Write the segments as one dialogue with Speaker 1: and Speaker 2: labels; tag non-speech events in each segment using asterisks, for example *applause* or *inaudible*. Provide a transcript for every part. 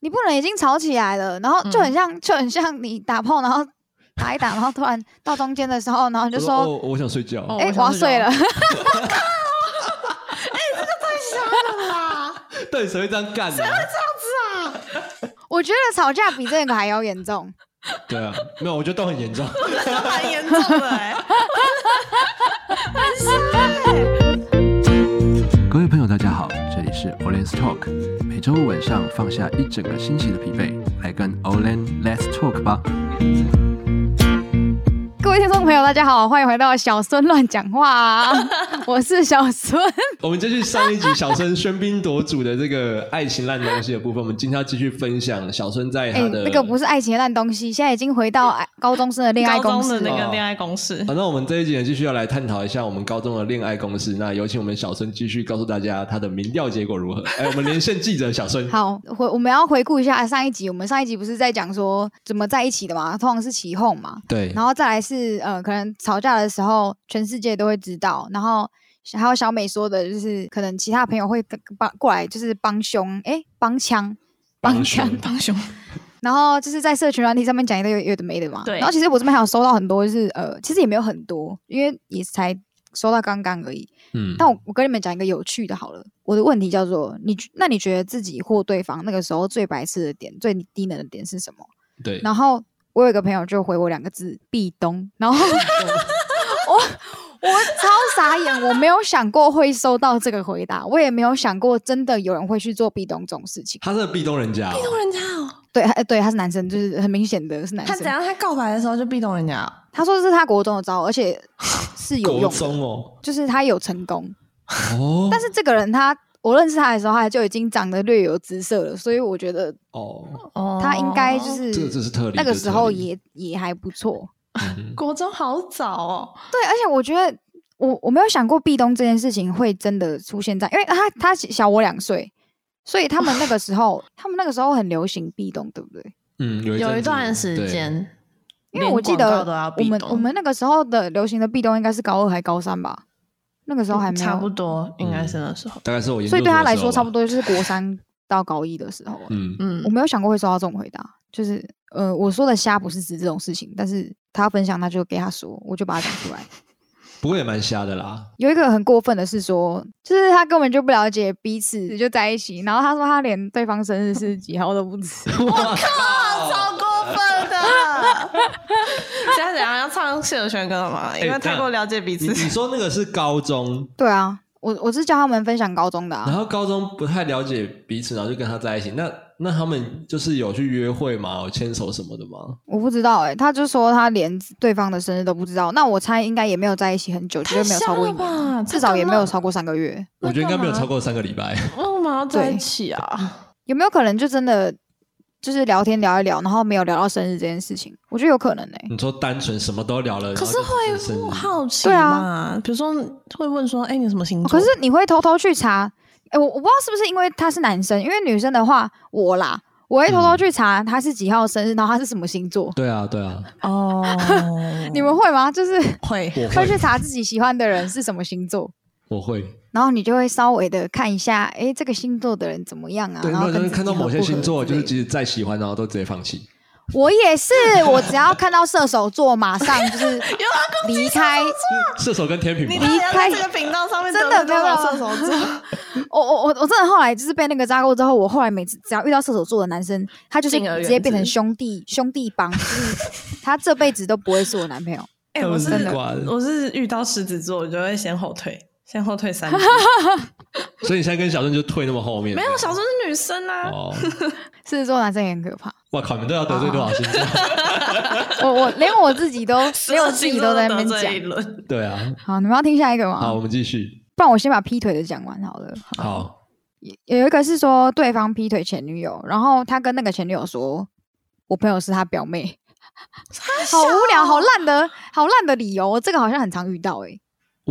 Speaker 1: 你不能已经吵起来了，然后就很像、就很像你打炮，然后打一打，然后突然 *laughs* 到中间的时候，然后你就说
Speaker 2: 哦，我想睡觉。
Speaker 1: 哎、
Speaker 3: 我
Speaker 1: 我要
Speaker 3: 想睡
Speaker 1: 睡
Speaker 3: 觉
Speaker 1: 了，
Speaker 3: 啊，
Speaker 2: 到底谁会这样干呢、
Speaker 1: *laughs* 我觉得吵架比这个还要严重。
Speaker 2: 对啊，没有，我觉得都很严重。
Speaker 3: 蛮严重的哎、
Speaker 2: 欸
Speaker 4: *laughs* 各位朋友，大家好，这里是 Olen's Talk，每周五晚上放下一整个星期的疲惫，来跟 Olen Let's Talk 吧。
Speaker 1: 各位听众朋友，大家好，欢迎回到小孙乱讲话、啊，我是小孙。
Speaker 2: 我们继续上一集小生喧宾夺主的这个爱情烂东西的部分，我们今天要继续分享小生在
Speaker 1: 哎、
Speaker 2: 他的、
Speaker 1: 那个不是爱情的烂东西，现在已经回到爱高中生的恋爱公
Speaker 3: 高中的
Speaker 1: 式。
Speaker 3: 那
Speaker 2: 哦
Speaker 3: 个恋爱公式
Speaker 2: 好，，那我们这一集呢，继续要来探讨一下我们高中的恋爱公式。那有请我们小孙继续告诉大家他的民调结果如何。哎，我们连线记者小孙，
Speaker 1: 好，回我们要回顾一下上一集，我们上一集不是在讲说怎么在一起的嘛？通常是起哄嘛，
Speaker 2: 对，
Speaker 1: 然后再来是呃，可能吵架的时候全世界都会知道，然后还有小美说的就是可能其他朋友会跟帮过来就是帮凶，哎，帮腔。帮腔，
Speaker 3: 帮 *laughs* 凶
Speaker 1: 然后就是在社群软体上面讲一堆有有的没的嘛。
Speaker 3: 对
Speaker 1: 然后其实我这边还有收到很多，就是呃，其实也没有很多，因为也才收到刚刚而已。
Speaker 2: 嗯，
Speaker 1: 但我我跟你们讲一个有趣的好了，我的问题叫做你觉，那你觉得自己或对方那个时候最白痴的点、最低能的点是什么？
Speaker 2: 对，
Speaker 1: 然后我有一个朋友就回我两个字“壁咚”，然后我我超傻眼，我没有想过会收到这个回答，我也没有想过真的有人会去做壁咚这种事情。
Speaker 2: 他是壁咚人家哦、
Speaker 3: 动人家哦，
Speaker 1: 对，他对，他是男生，就是很明显的是男
Speaker 3: 他
Speaker 1: 生
Speaker 3: 怎。样？他告白的时候就壁咚人家哦，
Speaker 1: 他说这是他国中的招，而且是有
Speaker 2: 国
Speaker 1: 用的，
Speaker 2: 中哦，
Speaker 1: 就是他有成功。
Speaker 2: 哦，
Speaker 1: 但是这个人他，我认识他的时候，他就已经长得略有姿色了，所以我觉得
Speaker 2: 哦，
Speaker 3: 哦
Speaker 1: 他应该就
Speaker 2: 这个这
Speaker 1: 是
Speaker 2: 是特例，
Speaker 1: 那个
Speaker 2: 这是
Speaker 1: 时
Speaker 2: 特
Speaker 1: 候
Speaker 2: 例
Speaker 1: 也也还不错。
Speaker 2: 嗯
Speaker 3: 国中好早哦，
Speaker 1: 对，而且我觉得我我没有想过壁咚这件事情会真的出现在，因为他他小我两岁，所以他们那个时候，他们那个时候很流行壁咚，对不对？
Speaker 2: 嗯，有
Speaker 3: 有一
Speaker 2: 阵子
Speaker 3: 段时，间，
Speaker 1: 因为我记得
Speaker 3: 连广告都要
Speaker 1: 我
Speaker 3: 壁
Speaker 1: 们
Speaker 3: 咚
Speaker 1: 我们那个时候的流行的壁咚应该是高二还高三吧，那个时候还没有
Speaker 3: 差不多，应该是那时候
Speaker 2: 对，大概是我研究
Speaker 1: 所以对他来说，差不
Speaker 2: 多，
Speaker 1: 多就是国三到高一的时候了。
Speaker 2: 嗯，
Speaker 3: 嗯
Speaker 1: 我，没有想过会收到这种回答，就是呃，我说的瞎不是指这种事情，但是他要分享，他就给他说，我就把他讲出来。
Speaker 2: 不过也蛮瞎的啦，
Speaker 1: 有一个很过分的是说，就是他根本就不了解彼此
Speaker 3: 嗯
Speaker 1: 就在一起，然后他说他连对方生日是几号都不知道。
Speaker 3: *laughs*
Speaker 2: *laughs*
Speaker 3: 啊，超过分的。现在怎样要唱谢尔轩歌了吗？因为太过了解彼
Speaker 2: 你
Speaker 3: 此。
Speaker 2: 你说那个是高中，
Speaker 1: 对啊，我我是教他们分享高中的
Speaker 2: 然
Speaker 1: 啊，
Speaker 2: 后高中不太了解彼此，然后就跟他在一起，那那他们就是有去约会吗？有牵手什么的吗？
Speaker 1: 我不知道哎、他就说他连对方的生日都不知道，那我猜应该也没有在一起很久，绝对没有超过一年
Speaker 3: 太瞎了
Speaker 1: 啊，
Speaker 3: 吧
Speaker 1: 至少也没
Speaker 3: 这干
Speaker 1: 有
Speaker 3: 嘛
Speaker 1: 超过三个月。
Speaker 2: 我觉得应该没有超
Speaker 3: 过。
Speaker 2: 过三个礼拜。 *laughs*
Speaker 3: 为什么要在一起啊？
Speaker 1: 有没有可能就真的就是聊天聊一聊，然后没有聊到生日这件事情？我觉得有可能欸呢、
Speaker 2: 你说单纯什么都聊了，
Speaker 1: 啊
Speaker 3: 可是
Speaker 2: 然后啊就生
Speaker 3: 会
Speaker 2: 日
Speaker 3: 我好奇
Speaker 1: 对啊
Speaker 3: 嘛？比如说会问说，哎，你什么星
Speaker 1: 哦
Speaker 3: 座？
Speaker 1: 可是你会偷偷去查？哎、我我不知道是不是因为他是男生，因为女生的话，我啦，我会偷
Speaker 2: 嗯
Speaker 1: 偷去查他是几号生日，然后他是什么星座。
Speaker 2: 对啊对啊，
Speaker 3: 哦，
Speaker 1: 你们会吗？就是
Speaker 3: 会
Speaker 1: 会
Speaker 2: 我会
Speaker 1: 去查自己喜欢的人是什么星座，
Speaker 2: 我会，
Speaker 1: 然后你就会稍微的看一下，哎、这个星座的人怎么样啊？
Speaker 2: 对，
Speaker 1: 然后
Speaker 2: 那
Speaker 1: 跟
Speaker 2: 就是
Speaker 1: 自己
Speaker 2: 看到
Speaker 1: 合
Speaker 2: 某些
Speaker 1: 不合
Speaker 2: 星座，
Speaker 1: 之
Speaker 2: 就是
Speaker 1: 类的
Speaker 2: 即使再喜欢，然后都直接放弃。
Speaker 1: 我也是，我只要看到射手座，马上
Speaker 2: *laughs*
Speaker 1: 就是
Speaker 2: 啊
Speaker 1: 离开。
Speaker 2: 射手跟天平
Speaker 3: 你
Speaker 2: 嘛
Speaker 3: 到，底要在
Speaker 1: 离开
Speaker 3: 这个频道上面
Speaker 1: 真的
Speaker 3: 得罪多少
Speaker 1: 没
Speaker 3: 射
Speaker 1: 有
Speaker 3: 手座？
Speaker 1: *laughs* 我我我我真的后来就是被那个扎过之后，我后来每次只要遇到射手座的男生，他就是
Speaker 3: 敬而远
Speaker 1: 直
Speaker 3: 之
Speaker 1: 接变成兄弟兄弟帮，就是他这辈子都不会是我男朋友。
Speaker 3: 哎、
Speaker 2: 他
Speaker 3: 我
Speaker 2: 们
Speaker 3: 是
Speaker 2: 是一挂的
Speaker 3: 我是遇到狮子座，我就会先后退，先后退
Speaker 2: *laughs*
Speaker 3: 三步。
Speaker 2: *laughs* 所以你现在跟小郑就退那么后面。
Speaker 3: 没有，小时候是女生啊，
Speaker 2: 哦，
Speaker 1: 狮子座男生也很可怕，
Speaker 2: 哇靠，你们都要得罪多
Speaker 1: 啊
Speaker 2: 少星座？ *laughs*
Speaker 1: 我我连我自己
Speaker 3: *laughs*
Speaker 1: 都连我自己都在那边
Speaker 3: 12星座都得罪一
Speaker 1: 讲。
Speaker 3: 轮。
Speaker 2: 对啊，
Speaker 1: 好，你们要听下一个
Speaker 2: 好，
Speaker 1: 吗？
Speaker 2: 我们继续。
Speaker 1: 不然我先把劈腿的讲完好了。
Speaker 2: 好，
Speaker 1: 有有一个是说对方劈腿前女友，然后他跟那个前女友说，我朋友是他表妹， *laughs* 好无聊，好烂的，好烂的理由，这个好像很常遇到欸诶、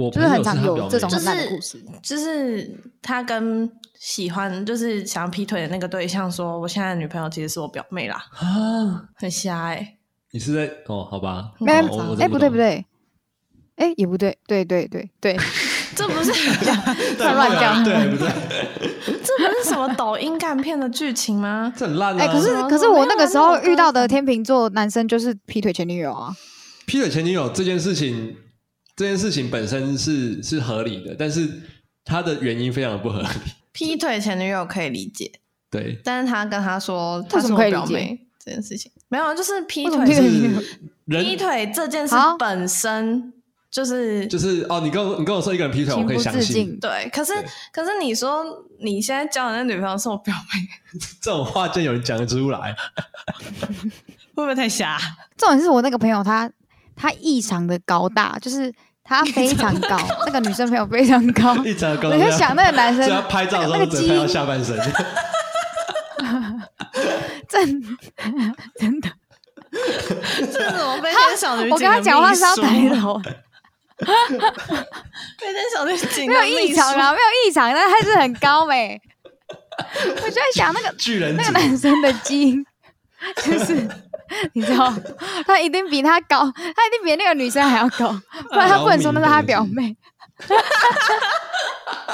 Speaker 2: 我
Speaker 1: 就是很常
Speaker 2: 朋友
Speaker 1: 有这
Speaker 2: 是他表妹
Speaker 1: 种
Speaker 3: 就
Speaker 1: 很
Speaker 3: 是
Speaker 1: 烂的故事。
Speaker 2: 哦
Speaker 3: 就是他跟喜欢，就是想要劈腿的那个对象说，我现在的女朋友其实是我表妹啦，
Speaker 2: 啊，
Speaker 3: 很瞎哎、欸。
Speaker 2: 你是在哦？好吧，
Speaker 1: 没有
Speaker 2: 好我我
Speaker 1: 哎、
Speaker 2: 懂
Speaker 1: 不对不
Speaker 2: 懂 *laughs*
Speaker 1: 对，哎、也不对，对对对对，
Speaker 3: 这不是 *laughs*
Speaker 1: 算乱讲
Speaker 2: 对不对？
Speaker 3: 这不是什么抖音干片的剧情吗？
Speaker 2: 这很烂啊！
Speaker 1: 哎、可是
Speaker 3: 什么
Speaker 1: 可是
Speaker 3: 都没
Speaker 1: 我
Speaker 3: 有
Speaker 1: 那
Speaker 3: 啊
Speaker 1: 个时
Speaker 3: 那
Speaker 1: 候
Speaker 3: 我
Speaker 1: 遇
Speaker 3: 当
Speaker 1: 到的天秤座男生就是劈腿前女友啊，
Speaker 2: 劈腿前女友这件事情，这件事情本身是是合理的，但是它的原因非常的不合理。
Speaker 3: 劈腿前女友可以理解，
Speaker 2: 对，
Speaker 3: 但是他跟他说他
Speaker 1: 为
Speaker 3: 是
Speaker 1: 什么
Speaker 3: 我
Speaker 1: 可以
Speaker 3: 表
Speaker 1: 理解
Speaker 3: 妹这件事情，没有，啊就是劈
Speaker 1: 为什么
Speaker 3: 腿
Speaker 1: 劈
Speaker 2: 就
Speaker 1: 腿
Speaker 3: 是
Speaker 1: 前女友
Speaker 2: 是
Speaker 1: *laughs*
Speaker 2: 人
Speaker 3: 劈腿这件事
Speaker 1: 好
Speaker 3: 本身就是
Speaker 2: 就是哦，你跟我你跟我说一个人劈啊腿，我
Speaker 1: 情
Speaker 2: 可以
Speaker 1: 不
Speaker 2: 相
Speaker 1: 自
Speaker 2: 信
Speaker 1: 禁。
Speaker 3: 对，可是
Speaker 2: 对
Speaker 3: 可是你说你现在交的那女朋友是我表妹，
Speaker 2: 这种话，竟然有人讲得
Speaker 1: *laughs*
Speaker 2: 出来，
Speaker 3: 会不会太
Speaker 2: *laughs*
Speaker 3: 瞎？
Speaker 1: 重点是我那个朋友他他异常的高大，就是他非常高，那个女生朋友非常
Speaker 2: *laughs*
Speaker 1: 高，
Speaker 2: 一直在跟
Speaker 1: 我就想那个男
Speaker 2: *laughs*
Speaker 1: 生
Speaker 2: 只要拍照的时
Speaker 1: 那
Speaker 2: 候
Speaker 1: 个
Speaker 2: 只
Speaker 1: 基
Speaker 2: 拍到
Speaker 1: 因
Speaker 2: 下半身，
Speaker 1: 真真的，
Speaker 3: 这怎么被天小女
Speaker 1: 我
Speaker 3: 警的秘书？
Speaker 1: 跟他讲话是要抬
Speaker 2: *laughs*
Speaker 1: 头，
Speaker 3: 被天小女警
Speaker 1: 没有异常
Speaker 3: 啊，
Speaker 1: 啊，没有异常，但他是很高
Speaker 2: *laughs*
Speaker 1: 美、我就在想那个
Speaker 2: 巨人
Speaker 1: 那
Speaker 2: 族
Speaker 1: 个男生的基因， *laughs* 就是你知道，他一定比他高，他一定比那个女生还要高，
Speaker 2: *laughs*
Speaker 1: 不然他不能说那是他表妹。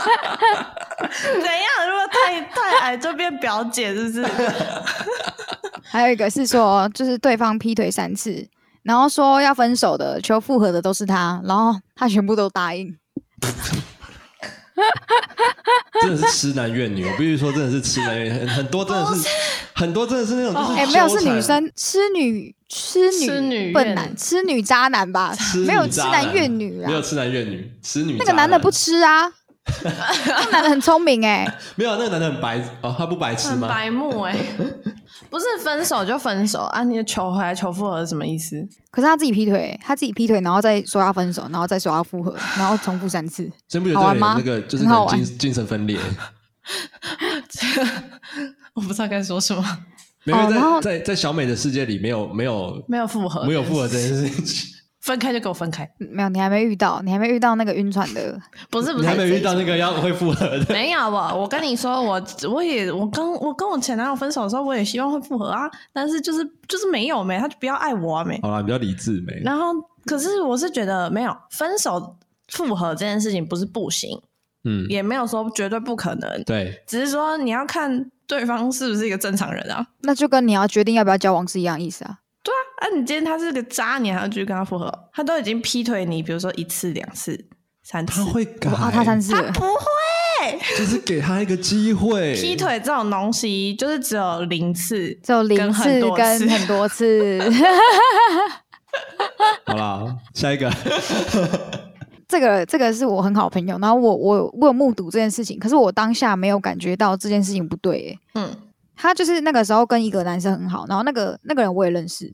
Speaker 3: 怎样？如果太太矮就变表姐，是不是？
Speaker 2: *laughs*
Speaker 1: 还有一个是说，就是对方劈腿三次，然后说要分手的、求复合的都是他，然后他全部都答应。
Speaker 2: 真的是痴男怨女。我必须说，真的是痴男怨女，很很多真的是很多真的是那种就是
Speaker 1: 哦哎、没有，是
Speaker 2: 纠缠
Speaker 1: 女生痴女痴
Speaker 3: 痴女
Speaker 1: 女笨
Speaker 3: 怨
Speaker 1: 男、痴女渣男吧？
Speaker 2: 痴女
Speaker 1: 没有痴
Speaker 2: 渣
Speaker 1: 男怨女
Speaker 2: 没有
Speaker 1: 啦。
Speaker 2: 痴男怨女，痴女
Speaker 1: 那个
Speaker 2: 渣
Speaker 1: 男的不吃
Speaker 2: *laughs*
Speaker 1: 啊，那个男的很聪明哎、
Speaker 2: 没有，啊那个男的很白哦，他不白痴
Speaker 3: 很
Speaker 2: 吗？
Speaker 3: 白目哎、不是分手就分手啊！你的求回来求复合是什么意思？ *laughs*
Speaker 1: 可是他自己劈腿欸、他自己劈腿，然后再说要分手，然后再说要复合，然后重复三次。 *laughs*
Speaker 2: 真不觉得
Speaker 1: 好
Speaker 2: 这
Speaker 1: 玩
Speaker 2: 人
Speaker 1: 吗
Speaker 2: 那个就是
Speaker 1: 很好
Speaker 2: 很
Speaker 1: 玩
Speaker 2: 精精神分裂。
Speaker 3: 我不知道该说什么，
Speaker 2: 没有
Speaker 1: 然后
Speaker 2: 在在在小美的世界里，没有没有
Speaker 3: 没有复合，
Speaker 2: 没有复合这件事情。
Speaker 3: 分开就给我分开，
Speaker 1: 嗯没有，你还没遇到，你还没遇到那个晕船的。
Speaker 3: 不是不
Speaker 2: 你
Speaker 3: 是，
Speaker 2: 还没遇到那个要会复合的，
Speaker 3: 没有啊我，我跟你说，我我也我跟我跟我前男友分手的时候，我也希望会复合啊，但是就是就是没有没，他就不要爱我啊没。
Speaker 2: 好啦，比较理智没？
Speaker 3: 然后可是我是觉得没有分手复合这件事情不是不行，
Speaker 2: 嗯，
Speaker 3: 也没有说绝对不可能，
Speaker 2: 对，
Speaker 3: 只是说你要看对方是不是一个正常人啊。 *laughs*
Speaker 1: 那就跟你要决定要不要交往是一样意思啊。
Speaker 3: 啊，你今天他是个渣，你还要继续跟他复合？他都已经劈腿你，比如说一次、两次、三次
Speaker 2: 他，会改，
Speaker 1: 啊，他三次了，
Speaker 3: 不会
Speaker 2: 就是给他一个机会。
Speaker 3: 劈腿这种东西，就是只有零次，
Speaker 1: 只有零
Speaker 3: 跟
Speaker 1: 次
Speaker 3: 很多
Speaker 1: 跟很多次。
Speaker 2: 好啦，下一个
Speaker 1: 这个这个是我很好朋友，然后我我我有目睹这件事情，可是我当下没有感觉到这件事情不对、欸。
Speaker 3: 嗯，
Speaker 1: 他就是那个时候跟一个男生很好，然后那个那个人我也认识，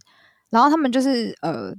Speaker 1: 然后他们就是呃，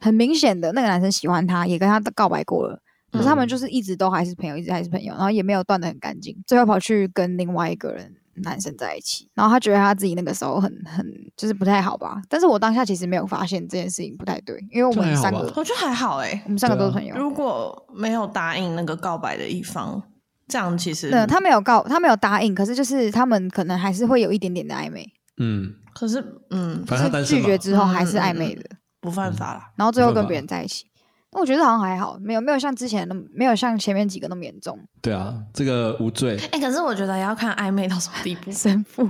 Speaker 1: 很明显的那个男生喜欢她，也跟她告白过了，可是他们
Speaker 2: 嗯
Speaker 1: 就是一直都还是朋友，一直还是朋友，然后也没有断的很干净，最后跑去跟另外一个人男生在一起，然后他觉得他自己那个时候很很就是不太好吧，但是我当下其实没有发现这件事情不太对，因为我
Speaker 2: 这还
Speaker 1: 们
Speaker 2: 好
Speaker 1: 三
Speaker 2: 吧
Speaker 1: 个
Speaker 3: 我觉得还好哎、
Speaker 1: 我们三个
Speaker 2: 对
Speaker 1: 都
Speaker 2: 啊
Speaker 1: 是朋友，
Speaker 3: 如果没有答应那个告白的一方，这样其
Speaker 2: 嗯
Speaker 3: 实
Speaker 1: 那他没有告，他没有答应，可是就是他们可能还是会有一点点的暧昧，
Speaker 2: 嗯，
Speaker 3: 可是嗯
Speaker 1: 就
Speaker 2: 反哦正他
Speaker 1: 是
Speaker 2: 单身
Speaker 1: 拒绝
Speaker 2: 嘛，
Speaker 1: 之后还是
Speaker 3: 嗯嗯
Speaker 1: 暧
Speaker 3: 嗯
Speaker 1: 昧的，
Speaker 3: 不犯法啦。
Speaker 1: 然后最后
Speaker 2: 没办
Speaker 1: 跟
Speaker 2: 法
Speaker 1: 别人在一起。那我觉得好像还好，没有没有像之前那么没有像前面几个那么严
Speaker 3: *laughs*
Speaker 1: 重。。
Speaker 2: 对啊，这个无罪。
Speaker 3: 哎、可是我觉得要看暧昧到什么地 *laughs* 步
Speaker 1: 神父，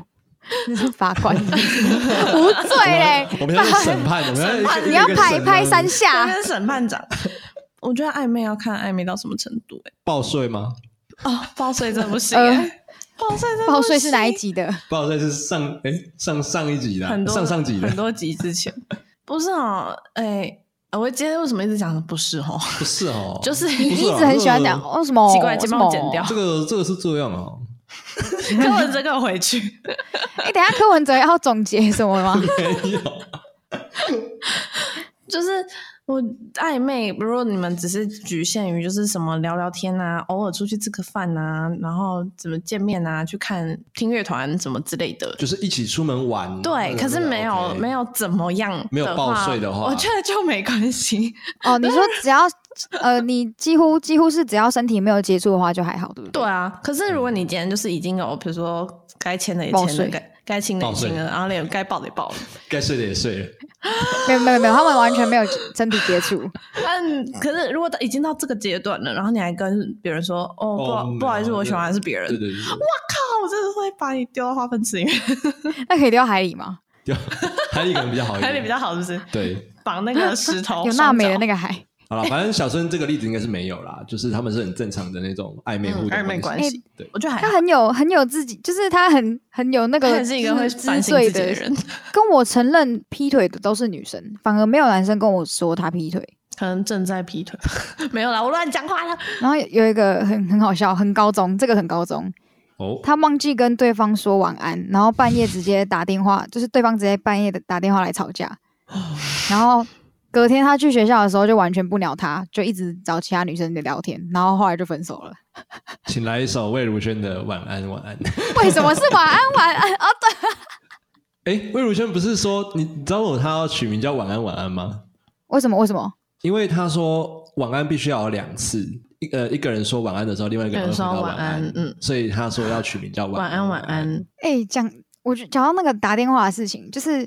Speaker 1: 你是法
Speaker 3: *laughs*
Speaker 1: 官，无罪嘞！
Speaker 2: 我们要去审判，我
Speaker 1: *laughs*
Speaker 2: 们要一个
Speaker 1: 你要
Speaker 2: 一个一个
Speaker 1: 拍
Speaker 2: 审
Speaker 1: 拍
Speaker 2: 判
Speaker 1: 三下
Speaker 3: 那，边审判长， *laughs* 我觉得暧昧要看暧昧到什么程度哎、
Speaker 2: 报税吗？
Speaker 3: *laughs* 哦，报税真的不行、
Speaker 1: 呃
Speaker 3: 欸，报税真的
Speaker 1: 报税是
Speaker 3: 不
Speaker 1: 哪一
Speaker 3: 行
Speaker 1: 集的？
Speaker 2: 报税是上哎上上一集的
Speaker 3: 很
Speaker 2: 啊，
Speaker 3: 多
Speaker 2: 上上集的
Speaker 3: 很，多集之前，不是哦，哎、呃我今天为什么一直讲不是哦？
Speaker 2: 不是哦，
Speaker 3: 就是
Speaker 1: 你
Speaker 2: 不是
Speaker 1: 一
Speaker 2: 啊
Speaker 1: 直很喜欢
Speaker 2: 这个
Speaker 1: 讲哦什么？
Speaker 3: 奇怪
Speaker 1: 什
Speaker 3: 请帮我
Speaker 1: 么
Speaker 3: 剪掉
Speaker 2: 这个这个是这样哦，
Speaker 3: *laughs* 柯文哲跟我回去，
Speaker 1: 哎，等一下柯文哲要总结什么
Speaker 2: *laughs*
Speaker 1: 吗？
Speaker 2: *laughs* 没有，
Speaker 3: 就是我暧昧，如果你们只是局限于就是什么聊聊天啊，偶尔出去吃个饭啊，然后怎么见面啊，去看听乐团什么之类的，
Speaker 2: 就是一起出门玩。
Speaker 3: 对，可是没有没
Speaker 2: 有
Speaker 3: 有怎么样，
Speaker 2: 没有报税的
Speaker 3: 的
Speaker 2: 话
Speaker 3: 我觉得就没关系。
Speaker 1: 哦，你说只要呃，你几乎几乎是只要身体没有接触的话就还好，对不对？
Speaker 3: 对啊，可是如
Speaker 2: 嗯
Speaker 3: 果你今天就是已经有，比如说该签的也
Speaker 1: 报
Speaker 3: 签了，
Speaker 1: 税
Speaker 3: 该该亲的
Speaker 2: 报
Speaker 3: 也
Speaker 2: 税
Speaker 3: 亲了，然后连该报的也报了， *laughs*
Speaker 2: 该睡的也睡了，
Speaker 1: 没有没有没有，他们完全没有身体接
Speaker 3: *laughs*
Speaker 1: 触。
Speaker 3: 但嗯可是如果已经到这个阶段了，然后你还跟别人说哦，不好
Speaker 2: 哦
Speaker 3: 不好意思，我喜欢的是别人，
Speaker 2: 对对对，对
Speaker 3: 靠， *laughs* 我真的会把你丢到花盆池里面，
Speaker 1: 那可以丢海里吗？
Speaker 2: 对海里可能比较好一点，
Speaker 3: 海里比较好，是不是？
Speaker 2: 对。
Speaker 3: 绑那个石头，
Speaker 1: *laughs* 有娜美的那
Speaker 3: 个
Speaker 1: 个
Speaker 3: *laughs*
Speaker 1: 海。
Speaker 2: 好了，反正小孙这个例子应该是没有啦， *laughs* 就是他们是很正常的那种暧昧互动
Speaker 3: 嗯
Speaker 2: 关系、
Speaker 3: 暧昧关系，
Speaker 2: 对，
Speaker 3: 我觉得还
Speaker 1: 他
Speaker 3: 好
Speaker 1: 很有很有自己，就是他很很有那
Speaker 3: 他
Speaker 1: 个
Speaker 3: 也是一个
Speaker 1: 就是
Speaker 3: 会
Speaker 1: 知
Speaker 3: 反省
Speaker 1: 罪
Speaker 3: 自己的人，
Speaker 1: *laughs* 跟我承认劈腿的都是女生，反而没有男生跟我说他劈腿。
Speaker 3: 可能正在劈腿，没有啦，我乱讲话了。
Speaker 1: 然后有有一个很很好笑，很高中，这个很高中，
Speaker 2: 哦，
Speaker 1: 他忘记跟对方说晚安，然后半夜直接打电话，就是对方直接半夜的打电话来吵
Speaker 3: *sighs*
Speaker 1: 架，然后隔天他去学校的时候就完全不鸟他，就一直找其他女生的聊天，然后后来就分手了。
Speaker 2: 请来一首魏如萱的《晚安晚安》。
Speaker 1: *laughs* 为什么是晚安晚安？哦，对，
Speaker 2: 哎，魏如萱不是说你你知道我她要取名叫晚安晚安吗？
Speaker 1: 为什么为什么？
Speaker 2: 因为她说晚安必须要有两次，一呃一个人说晚安的时候，另外一个人会回
Speaker 3: 一个人
Speaker 2: 到
Speaker 3: 说
Speaker 2: 晚
Speaker 3: 晚安
Speaker 2: 安，
Speaker 3: 嗯，
Speaker 2: 所以她说要取名叫
Speaker 3: 晚
Speaker 2: 安
Speaker 3: 安，晚
Speaker 2: 安。
Speaker 3: 安。
Speaker 1: 哎、讲，我觉讲到那个打电话的事情，就是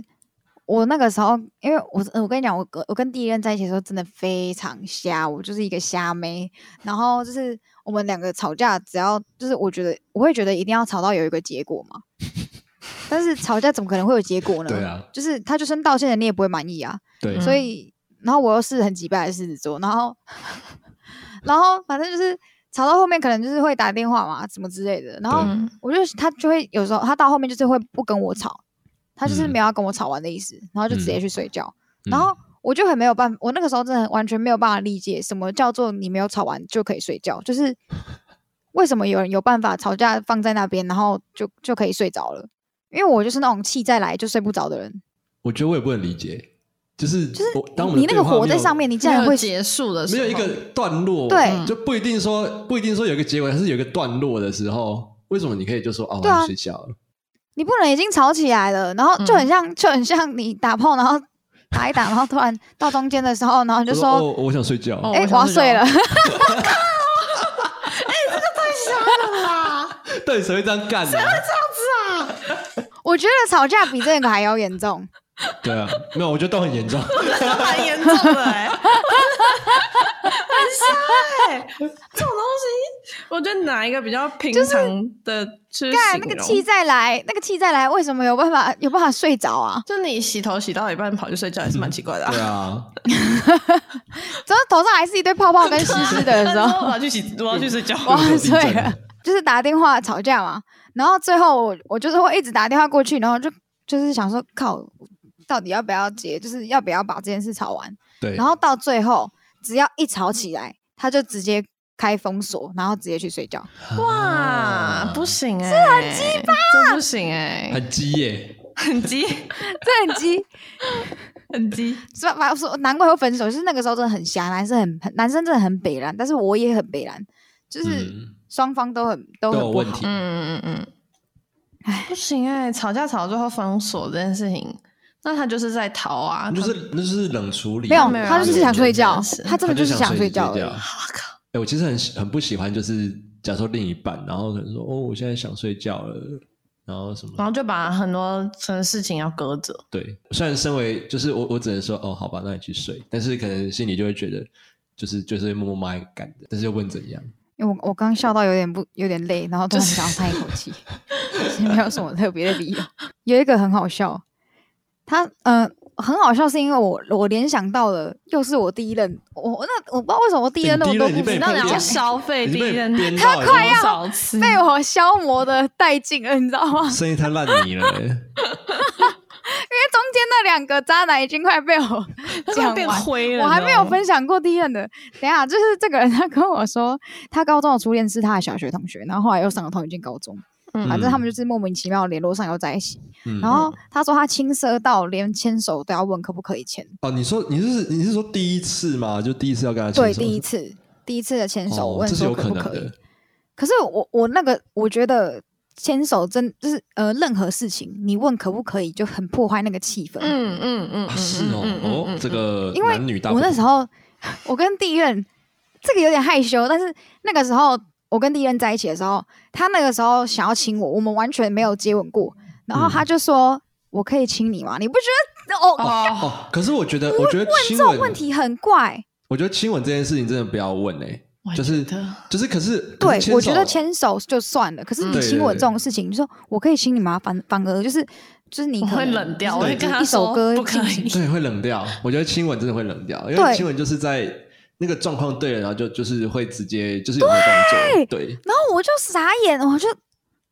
Speaker 1: 我那个时候，因为我我跟你讲，我跟我跟第一任在一起的时候真的非常瞎，我就是一个瞎妹。然后就是我们两个吵架，只要就是我觉得我会觉得一定要吵到有一个结果嘛。但是吵架怎么可能会有结果呢？
Speaker 2: 对啊，
Speaker 1: 就是他就算道歉了，你也不会满意啊。
Speaker 2: 对，
Speaker 3: 嗯
Speaker 1: 所以，然后我又是很急败的狮子座，然后， *laughs* 然后反正就是吵到后面，可能就是会打电话嘛，什么之类的。然后
Speaker 2: 对
Speaker 3: 嗯，
Speaker 1: 我就他就会有时候他到后面就是会不跟我吵，他就是
Speaker 2: 嗯
Speaker 1: 没有要跟我吵完的意思，然后就直接
Speaker 2: 嗯
Speaker 1: 去睡觉。
Speaker 2: 嗯
Speaker 1: 然后我就很没有办法，我那个时候真的很完全没有办法理解什么叫做你没有吵完就可以睡觉，就是
Speaker 2: *laughs*
Speaker 1: 为什么有人有办法吵架放在那边，然后就就可以睡着了？因为我就是那种气再来就睡不着的人，
Speaker 2: 我觉得我也不能理解，就是就是当我们
Speaker 1: 你
Speaker 2: 的
Speaker 1: 那个
Speaker 2: 对话
Speaker 1: 火
Speaker 2: 没
Speaker 1: 在
Speaker 2: 有
Speaker 1: 上面，你竟
Speaker 3: 没
Speaker 1: 然
Speaker 3: 有
Speaker 1: 会
Speaker 3: 结束的时
Speaker 2: 没
Speaker 3: 候， *laughs*
Speaker 2: 有一个段落，
Speaker 1: 对
Speaker 2: 就不一定说不一定说有一个结尾，它是有一个段落的时候，为什么你可以就说哦，
Speaker 1: 对啊
Speaker 2: 我睡觉了？
Speaker 1: 你不能已经吵起来了，然后就很像、就很像你打炮，然后打一打，然后突然到中间的时候，然后你就
Speaker 2: 我
Speaker 1: 说
Speaker 2: 哦，我想睡觉。
Speaker 1: 哎、
Speaker 3: 哦我
Speaker 1: 我要
Speaker 3: 想睡
Speaker 1: 睡
Speaker 3: 觉
Speaker 1: 了。 *laughs*
Speaker 2: 到底谁会这样干呢、
Speaker 1: 我觉得吵架比这个还要严重。
Speaker 2: 对啊，没有，我觉得都很
Speaker 1: *laughs*
Speaker 2: 严重。
Speaker 3: 这蛮严重的哎、 *laughs* 很瞎哎、 *laughs* 这种东西，我觉得哪一个比较平常的去
Speaker 1: 干
Speaker 3: 形
Speaker 1: 那个
Speaker 3: 容
Speaker 1: 气再来，那个气再来，为什么有办法有办法睡着啊？
Speaker 3: 就你洗头洗到一半跑去睡觉也是蛮奇怪的、
Speaker 2: 对啊，
Speaker 1: 怎么头上还是一堆泡泡跟湿湿
Speaker 2: 啊
Speaker 1: 的
Speaker 3: *laughs*
Speaker 1: 的时
Speaker 3: 但是我
Speaker 1: 候，
Speaker 3: 要去洗，我要去睡觉。
Speaker 1: 哇
Speaker 2: 对
Speaker 1: 睡了，就是打电话吵架嘛。然后最后我我就是会一直打电话过去，然后就就是想说靠，到底要不要结，就是要不要把这件事吵完。
Speaker 2: 对，
Speaker 1: 然后到最后，只要一吵起来，他就直接开封锁，然后直接去睡觉。
Speaker 2: 啊
Speaker 1: 啊
Speaker 3: 哇，不行哎、欸，这很鸡巴，这不行哎、
Speaker 2: 很鸡耶、
Speaker 3: 很鸡，
Speaker 1: 这很鸡，
Speaker 3: 很鸡。
Speaker 1: 是吧？反说难怪会分手，就是那个时候真的很瞎，男生很很男生真的很北蓝，但是我也很北蓝，就是
Speaker 2: 嗯，
Speaker 1: 双方都很都
Speaker 2: 都
Speaker 1: 很
Speaker 2: 有
Speaker 1: 不
Speaker 2: 问
Speaker 1: 好
Speaker 2: 题。。
Speaker 3: 嗯嗯嗯，不行哎、吵架吵到最后封锁这件事情，那他就是在逃啊，
Speaker 2: 那就是那就是冷处理，
Speaker 1: 没有
Speaker 3: 没有，
Speaker 1: 他就是想睡觉
Speaker 3: 没有，
Speaker 1: 他真的就是想睡觉
Speaker 2: 他就
Speaker 1: 而
Speaker 2: 想睡
Speaker 1: 已。
Speaker 3: 我靠，
Speaker 2: 哎、我其实很很不喜欢，就是假如说另一半，然后可能说哦，我现在想睡觉了，然后什么
Speaker 1: 啊
Speaker 3: 然后就把很多什么事情要搁着，
Speaker 2: 对，虽然身为就是我，我只能说哦，好吧，那你去睡，但是可能心里就会觉得，就是就是会默默骂一个干的，但是又问怎样，
Speaker 1: 因为我我刚笑到有点不有点累，然后突然想要叹一口气，其实没有什么特别的理由。有一个很好笑，他嗯、呃、很好笑，是因为我我联想到了又是我第一任，我我那我不知道为什么我第一任那么多
Speaker 2: 你第一
Speaker 1: 故
Speaker 2: 任
Speaker 1: 事
Speaker 2: 已经被
Speaker 3: 那
Speaker 1: 让
Speaker 3: 你
Speaker 1: 你
Speaker 3: 要
Speaker 2: 封
Speaker 1: 讲
Speaker 2: 印，
Speaker 3: 消费
Speaker 2: 已
Speaker 3: 敌
Speaker 2: 经被
Speaker 3: 人
Speaker 2: 编到了
Speaker 1: 快要
Speaker 3: 多少
Speaker 2: 嗯
Speaker 3: 次？
Speaker 1: 被我消磨的殆尽了，你知道吗？*laughs*
Speaker 2: *laughs* 生意太烂泥了、欸
Speaker 1: 因为中间那两个渣男已经快被我 *laughs* 讲
Speaker 3: 变
Speaker 1: 完。
Speaker 3: 灰了，
Speaker 1: 我还没有分
Speaker 3: 享。
Speaker 1: 享过第一任的，等一下就是这个人，他跟我说，他高中的初恋是他的小学同学，然后后来又上了同一间高中，
Speaker 3: 嗯
Speaker 1: 反正他们就是莫名其妙联络上又在一起。
Speaker 2: 嗯
Speaker 1: 然后他说他青涩到连牵手都要问可不可以牵，
Speaker 2: 哦，你说你是你是说第一次吗？就第一次要跟他牵
Speaker 1: 对，
Speaker 2: 手
Speaker 1: 第一次第一次的牵手
Speaker 2: 哦
Speaker 1: 问
Speaker 2: 这是
Speaker 1: 说
Speaker 2: 有
Speaker 1: 可不
Speaker 2: 能
Speaker 1: 可以
Speaker 2: 的，，
Speaker 1: 可是我我那个我觉得牵手真就是呃任何事情你问可不可以就很破坏那个气氛，
Speaker 3: 嗯嗯嗯
Speaker 2: 啊
Speaker 3: 嗯，
Speaker 2: 是哦、
Speaker 3: 嗯嗯
Speaker 2: 哦，
Speaker 3: 嗯
Speaker 2: 这个
Speaker 1: 因为
Speaker 2: 男女大不
Speaker 1: 我
Speaker 2: 同
Speaker 1: 那时候我跟第一任这个有点害羞，但是那个时候我跟第一任在一起的时候，他那个时候想要亲我，我们完全没有接吻过，然后他就说、我可以亲你吗？你不觉得哦？
Speaker 3: 哦，
Speaker 2: 嗯哦，可是我觉得，我觉得
Speaker 1: 这
Speaker 2: 亲
Speaker 1: 种
Speaker 2: 吻
Speaker 1: 嗯问题很怪。
Speaker 2: 我觉得亲吻这件事情真的不要问哎、
Speaker 3: 我
Speaker 2: 就是
Speaker 3: 觉得
Speaker 2: 就是，可是
Speaker 1: 对
Speaker 2: 可是，
Speaker 1: 我觉得
Speaker 2: 手
Speaker 1: 牵手就算了，可是
Speaker 3: 嗯
Speaker 1: 你
Speaker 2: 对
Speaker 1: 亲
Speaker 2: 对
Speaker 1: 吻
Speaker 2: 对
Speaker 1: 这种事情，你说我可以亲你吗？反反而就是就是你
Speaker 3: 我
Speaker 1: 可
Speaker 3: 会
Speaker 1: 能
Speaker 3: 冷掉，
Speaker 1: 就
Speaker 3: 我
Speaker 1: 是
Speaker 3: 会跟他
Speaker 1: 一首
Speaker 3: 说
Speaker 1: 歌
Speaker 3: 不可
Speaker 1: 进行
Speaker 3: 以。
Speaker 2: 对会冷掉。我觉得亲吻真的会冷掉，因为
Speaker 1: 对
Speaker 2: 亲吻就是在那个状况对了，然后就就是会直接就是有那个动作，对，
Speaker 1: 然后我就傻眼，我就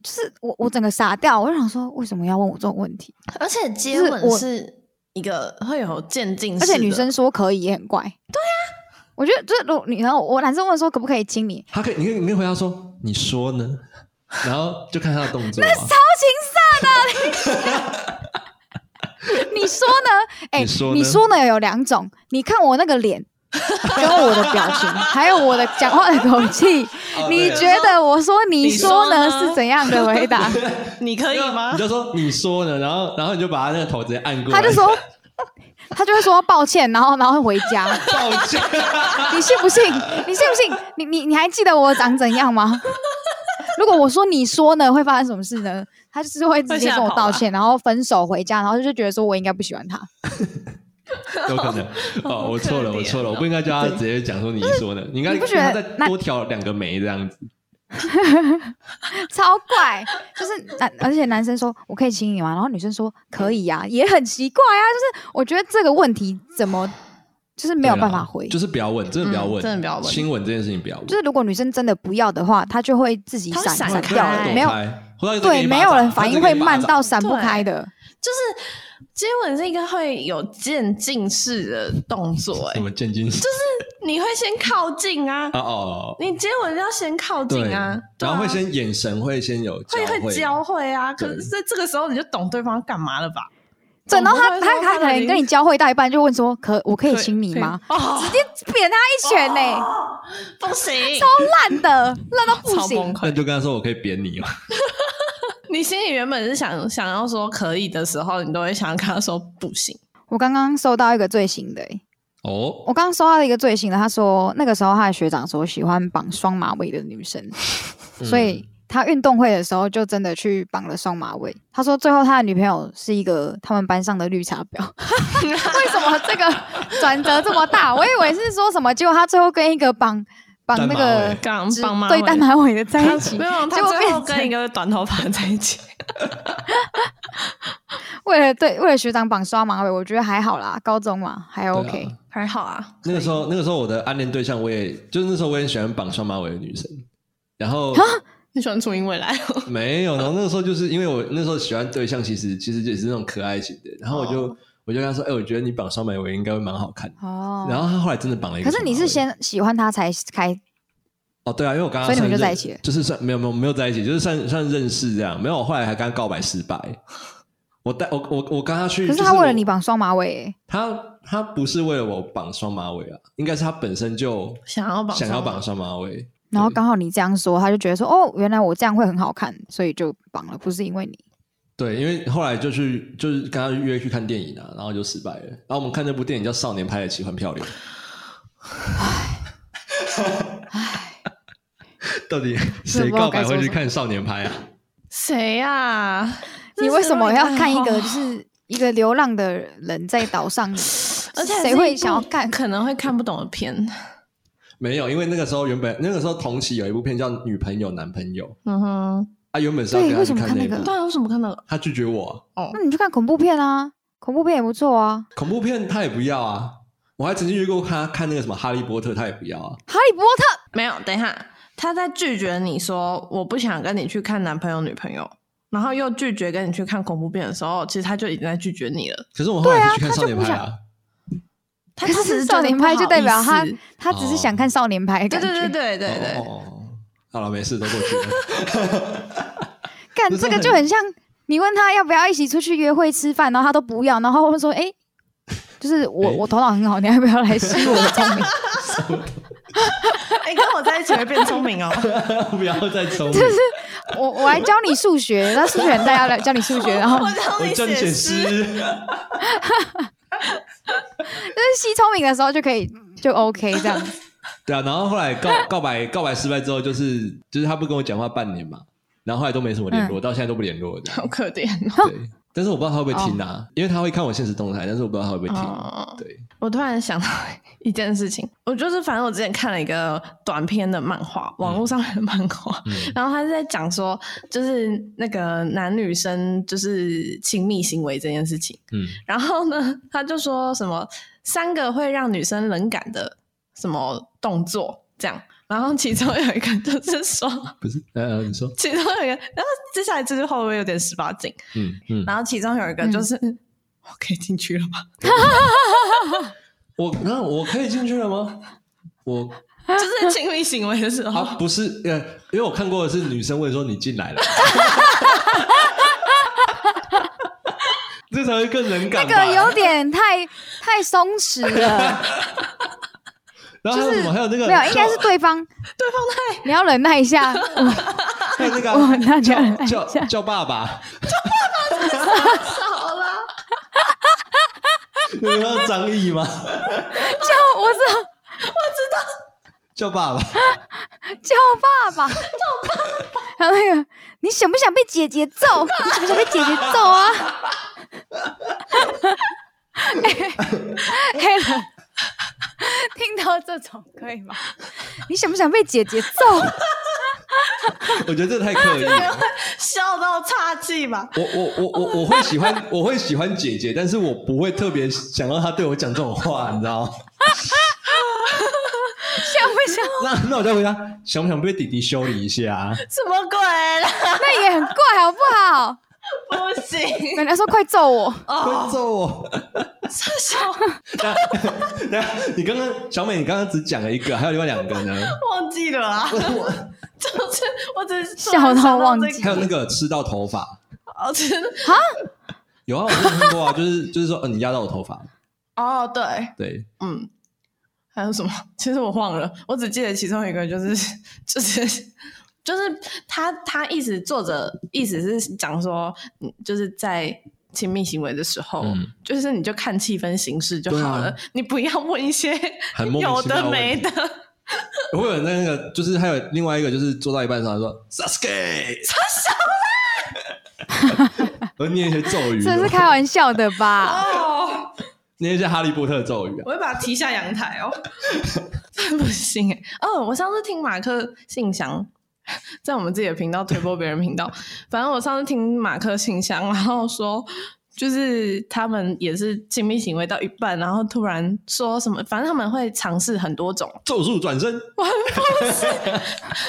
Speaker 1: 就是我我整个傻掉，我就想说为什么要问我这种问题？
Speaker 3: 而且接
Speaker 1: 就是
Speaker 3: 吻
Speaker 1: 我
Speaker 3: 是一个会有渐进式
Speaker 1: 而
Speaker 3: 的，
Speaker 1: 且女生说可以也很怪。对啊，我觉得这如果你然后我男生问说可不可以亲你，
Speaker 2: 他可以，你可以你可以回答说你说呢， *laughs* 然后就看他的动作、啊。
Speaker 1: 超情色 *laughs* 的。你说呢？哎、
Speaker 2: 你说呢
Speaker 1: 你说呢？有两种，你看我那个脸，跟我的表
Speaker 2: *laughs*
Speaker 1: 情，还有我的讲话的口气，
Speaker 2: 哦啊
Speaker 1: 你觉得我说你说
Speaker 3: 你
Speaker 1: 呢
Speaker 3: 说呢
Speaker 1: 是怎样的回
Speaker 2: *laughs*
Speaker 1: 答？
Speaker 3: 你可以吗
Speaker 2: 你？就说你说呢，然后然后你就把他那个头直接按过来，
Speaker 1: 他就说，他就会说抱歉，然后然后回家。
Speaker 2: 抱
Speaker 1: *laughs*
Speaker 2: 歉，
Speaker 1: 你信不信？你信不信？你你你还记得我长怎样吗？ *laughs* 如果我说你说呢，会发生什么事呢？他就是会直接跟我道歉，然后分手回家，然后就觉得说我应该不喜欢他。 *laughs*
Speaker 2: 有可能哦，我错了，我错了，我不应该叫他直接讲说你说呢，你应该
Speaker 1: 你不觉得
Speaker 2: 再
Speaker 1: 那
Speaker 2: 多挑两个眉这样子，
Speaker 1: 超怪，就是男，而且男生说我可以亲你吗？然后女生说可以呀、也很奇怪啊。就是我觉得这个问题怎么就是没有
Speaker 2: 对啦
Speaker 1: 办法回，
Speaker 2: 就是不要问，真的不要问，
Speaker 3: 嗯真的不要问
Speaker 2: 亲吻这件事情不要问，
Speaker 1: 就是如果女生真的不要的话，她就会自己
Speaker 3: 她会
Speaker 1: 闪
Speaker 3: 闪
Speaker 1: 闪
Speaker 3: 开
Speaker 1: 掉
Speaker 2: 啊
Speaker 3: 她
Speaker 1: 了，
Speaker 3: 会
Speaker 1: 没有
Speaker 2: 有
Speaker 1: 对，没有人反应会慢到闪不
Speaker 3: 对
Speaker 1: 开的。
Speaker 3: 就是接吻是一个会有渐进式的动作、
Speaker 2: 什
Speaker 3: 哎，
Speaker 2: 么渐进式，就是
Speaker 3: 你会先靠近啊，
Speaker 2: *laughs* 哦哦，
Speaker 3: 你接吻要先靠近
Speaker 2: 对
Speaker 3: 啊，对
Speaker 2: 然
Speaker 3: 啊
Speaker 2: 后会先眼神会先有交
Speaker 3: 会会交汇啊，可
Speaker 2: 对
Speaker 3: 是这这个时候你就懂对方干嘛了吧？
Speaker 1: 等到他
Speaker 3: 总不会
Speaker 1: 他
Speaker 3: 说
Speaker 1: 他可
Speaker 3: 的
Speaker 1: 能
Speaker 3: 灵
Speaker 1: 跟你交汇到一半就问说可我可以
Speaker 3: 对
Speaker 1: 亲你吗？？
Speaker 3: 可以哦，
Speaker 1: 直接扁他一拳呢、
Speaker 3: 不行，
Speaker 1: 超烂的，烂到不
Speaker 3: 超崩
Speaker 1: 行。
Speaker 2: 那
Speaker 3: 溃。
Speaker 2: 就跟他说我可以扁你吗？
Speaker 3: 你心里原本是想想要说可以的时候，你都会想要跟他说不行。
Speaker 1: 我刚刚收到一个最新的、欸，
Speaker 2: 哦，
Speaker 1: 我刚刚收到一个最新的，他说那个时候他的学长说喜欢绑双马尾的女生，
Speaker 3: 嗯
Speaker 1: 所以他运动会的时候就真的去绑了双马尾。他说最后他的女朋友是一个他们班上的绿茶婊。 *laughs* 为什么这个转折这么大？我以为是说什么，结果他最后跟一个绑绑那个
Speaker 3: 单马尾
Speaker 1: 直
Speaker 3: 绑马
Speaker 1: 对
Speaker 3: 尾
Speaker 1: 单马尾的在 *laughs* 一起，
Speaker 3: 没有，
Speaker 1: 结
Speaker 3: 他
Speaker 1: 果
Speaker 3: 最后
Speaker 1: 变
Speaker 3: 跟一
Speaker 1: 成
Speaker 3: 个短头发在一起。
Speaker 1: 为了对为了学长绑双马尾，我觉得还好啦，高中嘛还
Speaker 2: 对啊
Speaker 1: OK。
Speaker 3: 还好啊，
Speaker 2: 那个时候，那个时候我的暗恋对象，我也就是那时候我也很喜欢绑双马尾的女生，然后
Speaker 1: 啊
Speaker 3: 你喜欢初音未来？ *laughs*
Speaker 2: 没有，然后那个时候就是因为我那时候喜欢对象，其实其实也是那种可爱型的，然后我就、我就跟他说，哎、我觉得你绑双马尾应该会蛮好看的。
Speaker 1: 哦，
Speaker 2: 然后他后来真的绑了一个
Speaker 1: 可
Speaker 2: 双
Speaker 1: 是
Speaker 2: 马尾，
Speaker 1: 你是先喜欢他才开
Speaker 2: 哦，对啊，因为我刚刚
Speaker 1: 所以你们就
Speaker 2: 算
Speaker 1: 在
Speaker 2: 认
Speaker 1: 一起了
Speaker 2: 就是算没有没有没有在一起，就是算算认识这样。没有，我后来还跟他告白失败。我带我我我跟他去，
Speaker 1: 可是
Speaker 2: 就
Speaker 1: 他为了
Speaker 2: 我
Speaker 1: 你，绑双马尾欸、
Speaker 2: 他他不是为了我绑双马尾啊，应该是他本身就
Speaker 3: 想要绑
Speaker 2: 想要
Speaker 3: 双马
Speaker 2: 绑双马尾，
Speaker 1: 然后
Speaker 2: 对
Speaker 1: 刚好你这样说，他就觉得说哦，原来我这样会很好看，所以就绑了，不是因为你。
Speaker 2: 对，因为后来就是就是跟他约去看电影啊，然后就失败了。然后我们看那部电影叫《少年拍得起很漂亮》， *laughs* 到底谁告白会去看少年拍啊？
Speaker 3: 谁啊呀、这
Speaker 1: 你为哦什么要看一
Speaker 3: 谁
Speaker 1: 个就
Speaker 3: 会看
Speaker 1: 是一个流浪的人在岛 *laughs* 上，
Speaker 3: 而且
Speaker 1: 谁会想要看？ *laughs*
Speaker 3: 可能会看不懂的片？
Speaker 2: 没有，因为那个时候原本那个时候同期有一部片叫《女朋友男朋友》，
Speaker 3: 嗯哼，
Speaker 2: 他原本是要
Speaker 1: 对
Speaker 2: 跟他
Speaker 1: 为
Speaker 2: 去
Speaker 1: 什么
Speaker 2: 看
Speaker 1: 看
Speaker 2: 那一
Speaker 1: 那
Speaker 2: 部
Speaker 1: 个，
Speaker 3: 对啊，为什么看那个？
Speaker 2: 他拒绝我啊、
Speaker 1: 那你就看恐怖片啊，恐怖片也不错啊。
Speaker 2: 恐怖片他也不要啊。我还曾经约过他看那个什么《哈利波特》，他也不要啊。
Speaker 1: 哈利波特
Speaker 3: 没有，等一下，他在拒绝你说我不想跟你去看男朋友女朋友，然后又拒绝跟你去看恐怖片的时候，其实他就已经在拒绝你了。
Speaker 2: 可是我后来
Speaker 1: 对啊
Speaker 2: 是去看
Speaker 1: 他
Speaker 2: 少
Speaker 1: 就
Speaker 2: 年
Speaker 1: 不
Speaker 2: 派
Speaker 1: 想
Speaker 2: 啊，
Speaker 3: 他
Speaker 1: 可
Speaker 3: 他
Speaker 1: 啊是
Speaker 3: 只
Speaker 1: 少年
Speaker 3: 觉得不好
Speaker 1: 派就代表
Speaker 3: 意思
Speaker 1: 他他只是想看少年派的
Speaker 3: 对
Speaker 1: 感觉，
Speaker 3: 对对对对对，
Speaker 2: 哦哦哦好了，没事，都过去了。 *laughs*
Speaker 1: 干
Speaker 2: 不是
Speaker 1: 这个
Speaker 2: 很
Speaker 1: 就很像你问他要不要一起出去约会吃饭，然后他都不要，然后会说哎。就是我，
Speaker 2: 哎
Speaker 1: 我头脑很好，你要不要来
Speaker 2: *laughs*
Speaker 1: 吸我的聪明？
Speaker 2: 哦
Speaker 3: 哎、跟我在一起会变聪明哦。
Speaker 2: 不要再抽我，
Speaker 1: *laughs* 我我来教你数学，那数学很大要来教你数学，然后
Speaker 3: *laughs* 我教
Speaker 2: *laughs* 我
Speaker 3: 你
Speaker 2: 叫你写
Speaker 3: 写诗，
Speaker 2: 诗。
Speaker 1: 就是吸聪明的时候就可以就 OK 这样
Speaker 2: *laughs*
Speaker 1: 子。
Speaker 2: *laughs* 对啊，然后后来告告白告白失败之后，就是
Speaker 1: 嗯
Speaker 2: 就是他不跟我讲话半年嘛，然后后来都没什么联络，到现在都不联络这样
Speaker 3: 好可怜哦。
Speaker 2: 对但是我不知道他会不会听啊，
Speaker 1: 哦
Speaker 2: 因为他会看我现实动态，但是我不知道他会不会听。
Speaker 3: 哦
Speaker 2: 对，
Speaker 3: 我突然想到一件事情， *laughs* 我就是反正我之前看了一个短片的漫画，网络上面的漫画，
Speaker 2: 嗯
Speaker 3: 然后他是在讲说，就是那个男女生就是亲密行为这件事情。
Speaker 2: 嗯，
Speaker 3: 然后呢，他就说什么三个会让女生冷感的什么动作这样，然后其中有一个就是说，
Speaker 2: 不是，呃，你说，
Speaker 3: 其中有一个， *laughs* 然后接下来这句话会不会有点十八禁？
Speaker 2: 嗯嗯，
Speaker 3: 然后其中有一个就是、 *laughs* 我可以进去了吗？ *laughs*
Speaker 2: 我那我可以进去了吗？我
Speaker 3: 就是亲密行为的时候，
Speaker 2: 啊，
Speaker 1: 哦
Speaker 2: 不是，呃，因为我看过的是女生问说你进来了，这才会更冷
Speaker 1: 那
Speaker 2: 感吧。
Speaker 1: 个有点太太松弛了，
Speaker 2: *laughs* 然
Speaker 1: 就
Speaker 2: 后还有
Speaker 1: 是
Speaker 2: 什么？还有那个
Speaker 1: 没有，应该是
Speaker 2: 叫
Speaker 1: 对方对方太，你要忍耐一
Speaker 2: *laughs*
Speaker 1: 下，我
Speaker 2: 还有那个
Speaker 1: *laughs* 我
Speaker 2: 啊
Speaker 1: 那就忍耐一
Speaker 2: 叫
Speaker 1: 下
Speaker 2: 叫。叫爸爸，
Speaker 3: 好啦，
Speaker 2: *laughs* 你知道张译吗？
Speaker 1: 叫我知道
Speaker 2: 叫爸爸，
Speaker 1: 叫爸爸，叫爸爸。然后那个，你想不想被姐姐揍？你想不想被姐姐揍啊？黑人、听到这种可以吗？你想不想被姐姐揍？
Speaker 2: *laughs* 我觉得这太刻
Speaker 1: *laughs*
Speaker 2: 意了。
Speaker 3: 笑到岔气吧。
Speaker 2: 我我我我我会喜欢 *laughs* 我会喜欢姐姐，但是我不会特别想让她对我讲这种话，你知
Speaker 1: *laughs*
Speaker 2: 道吗？
Speaker 1: 想不想？
Speaker 2: 那那我再回答，想不想被弟弟修理一
Speaker 1: *laughs*
Speaker 2: 下、啊？
Speaker 3: 什么鬼啦？
Speaker 1: 那也很怪，好不好？
Speaker 3: 不行
Speaker 1: 奶奶说快揍我，
Speaker 2: 快揍我！ *laughs*
Speaker 3: 这笑
Speaker 2: 那那你刚刚小美，你刚刚只讲了一个，还有另外两个呢？
Speaker 3: 忘记了
Speaker 2: *laughs*
Speaker 3: 啊！就是我只是突
Speaker 1: 笑
Speaker 3: 然
Speaker 1: 到
Speaker 3: 想这
Speaker 1: 忘
Speaker 3: 个
Speaker 1: 记
Speaker 2: 还有那个吃到头发，
Speaker 3: 哦，真的
Speaker 2: 有啊，我有听过啊，就是就是说，嗯、你压到我头发，
Speaker 3: 哦，对，
Speaker 2: 对，
Speaker 3: 嗯，还有什么？其实我忘了，我只记得其中一个就是 *laughs* 就是。就是他，他一直作者意思是讲说，嗯就是在亲密行为的时候，
Speaker 2: 嗯
Speaker 3: 就是你就看气氛行事就好了，
Speaker 2: 对啊
Speaker 3: 你不要问一些
Speaker 2: 很莫名
Speaker 3: 有
Speaker 2: 其妙
Speaker 3: 的
Speaker 2: 问
Speaker 3: 没
Speaker 2: 题
Speaker 3: 的。
Speaker 2: 我会有那个，就是还有另外一个，就是做到一半的时候他说
Speaker 1: *laughs*
Speaker 2: “Sasuke”，他笑 *laughs* 了，我念一些咒语，
Speaker 1: 这是开玩笑的吧？
Speaker 3: 哦，
Speaker 2: 念一些哈利波特的咒语啊。
Speaker 3: 我会把它踢下阳台哦。真的 *laughs* 不行哎、哦，我上次听马克信箱，在我们自己的频道推播别人频道，反正我上次听马克信箱，然后说。就是他们也是亲密行为到一半，然后突然说什么，反正他们会尝试很多种，
Speaker 2: 咒术转身，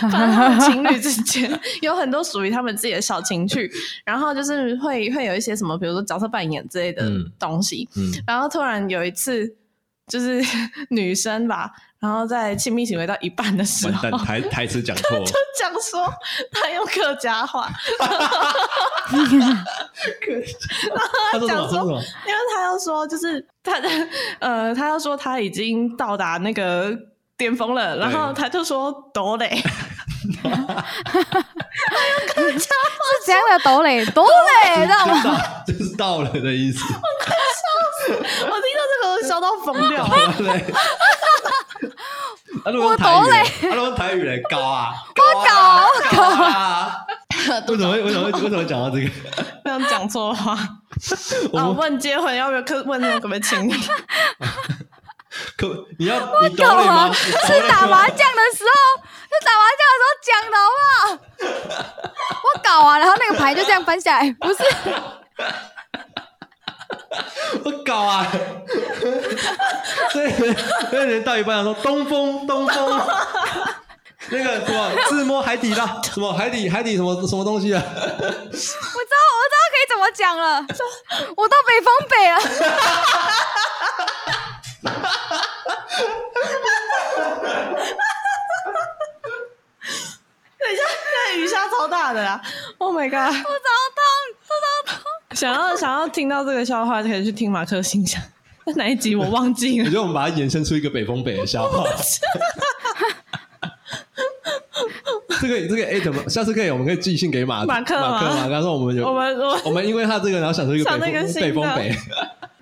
Speaker 3: 反正他们情侣之 *laughs* 间有很多属于他们自己的小情趣，然后就是会会有一些什么，比如说角色扮演之类的
Speaker 2: 嗯
Speaker 3: 东西，
Speaker 2: 嗯，
Speaker 3: 然后突然有一次，就是 *laughs* 女生吧，然后在亲密行为到一半的时
Speaker 2: 完
Speaker 3: 候
Speaker 2: 蛋，，台台词讲错，
Speaker 3: *laughs* 讲说她用客家话，
Speaker 2: 他说什么？他说什么？
Speaker 3: 因为她要说就是她的呃，她要说她已经到达那个巅峰了，然后她就说抖嘞， *laughs*
Speaker 1: 是怎样的抖磊？抖磊，知道吗？
Speaker 2: 就哎到就是到了的 *laughs* 意思，
Speaker 3: 我听到这个我笑到疯掉
Speaker 2: 到。了嘞。他用台语来，他用台语来搞啊，我搞啊， *laughs* 为什么会为什么会为什么讲到这个？
Speaker 3: 这样讲错话啊！
Speaker 2: *laughs* 我们
Speaker 3: 问结婚要不要客问那个可不可以请 *laughs* 你？
Speaker 2: 可你要你懂
Speaker 1: 干
Speaker 2: 了
Speaker 1: 嘛？
Speaker 2: 吗？
Speaker 1: 是打麻将的时候，是打麻将的时候讲的好不 *laughs* 好？我搞啊，然后那个牌就这样翻下来，不是
Speaker 2: 我搞啊！所以所以人到一半说东风东风，那个什么自摸海底捞，什么海底海底什么什么东西啊？
Speaker 1: 我知道，我知道可以怎么讲了。我到北方北了，
Speaker 3: 等一下，那雨下超大的啦！Oh my god！
Speaker 1: 我头痛，
Speaker 3: 想要想要听到这个笑话，可以去听马克信箱。 *laughs* 那哪一集我忘记
Speaker 2: 我
Speaker 3: 了
Speaker 2: 觉。得我们把它衍生出一个北风北的笑话。 *laughs* 这个这个哎，怎么下次可以我们可以寄信给马
Speaker 3: 马克吗
Speaker 2: 马克马克说我们有
Speaker 3: 我们我
Speaker 2: 我们因为他这个然后想出一个
Speaker 3: 想
Speaker 2: 北
Speaker 3: 那个
Speaker 2: 风
Speaker 3: 新
Speaker 2: 北风
Speaker 3: 的
Speaker 2: 北，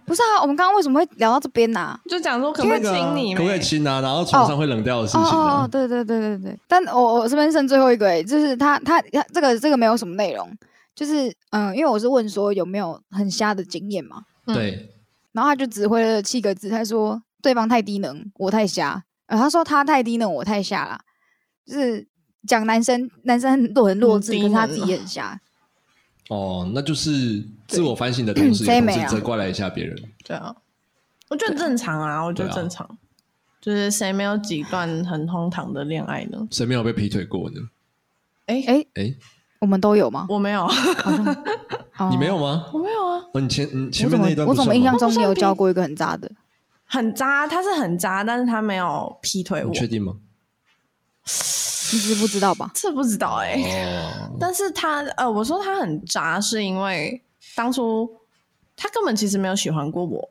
Speaker 1: 不是啊，我们刚刚为什么会聊到这边啊呢、
Speaker 3: 就讲说可不可以亲你
Speaker 2: 可不可以
Speaker 3: 没？
Speaker 2: 亲啊？然后床上会冷掉的事
Speaker 1: 哦
Speaker 2: 情
Speaker 1: 哦
Speaker 2: 啊
Speaker 1: 哦，。对对对对对，但我我这边剩最后一个、欸，就是他他他这个这个没有什么内容，就是嗯、呃因为我是问说有没有很瞎的经验嘛，
Speaker 3: 嗯
Speaker 2: 对，
Speaker 1: 然后他就只回了七个字，他说对方太低能，我太瞎。呃，他说他太低能，我太瞎啦，就是讲男生男生很弱很弱
Speaker 3: 嗯
Speaker 1: 智，
Speaker 3: 低
Speaker 1: 可是他
Speaker 3: 能
Speaker 1: 自
Speaker 2: 啊
Speaker 1: 己也很瞎。
Speaker 2: 哦，那就是自我反省
Speaker 1: *clears throat*
Speaker 2: 的同时，
Speaker 1: 对谁
Speaker 2: 也同
Speaker 1: 没
Speaker 2: 时
Speaker 1: 啊
Speaker 2: 责怪了一下别人。
Speaker 3: 对啊，我觉得正常啊，我觉得
Speaker 2: 对啊
Speaker 3: 正常。就是谁没有几段很荒唐的恋爱呢？
Speaker 2: 谁没有被劈腿过呢？
Speaker 3: 哎、
Speaker 1: 哎、
Speaker 2: 哎，
Speaker 1: 我们都有吗？
Speaker 3: 我没有，
Speaker 1: 哦
Speaker 2: *laughs* 你没有吗？
Speaker 3: 我没有啊，
Speaker 2: 哦，你前你前
Speaker 1: 我怎
Speaker 2: 面那一
Speaker 1: 么
Speaker 2: 段
Speaker 1: 我
Speaker 2: 不
Speaker 1: 怎
Speaker 2: 算
Speaker 1: 么印
Speaker 2: 吗
Speaker 1: 象中你有
Speaker 3: 比
Speaker 1: 交过一个很渣的？
Speaker 3: *laughs* 很渣，他是很渣，但是他没有劈腿我
Speaker 2: 你，确定吗？
Speaker 1: 你知不知道吧？
Speaker 3: 这不知道哎、
Speaker 2: 哦，
Speaker 3: 但是他呃，我说他很渣，是因为当初他根本其实没有喜欢过我，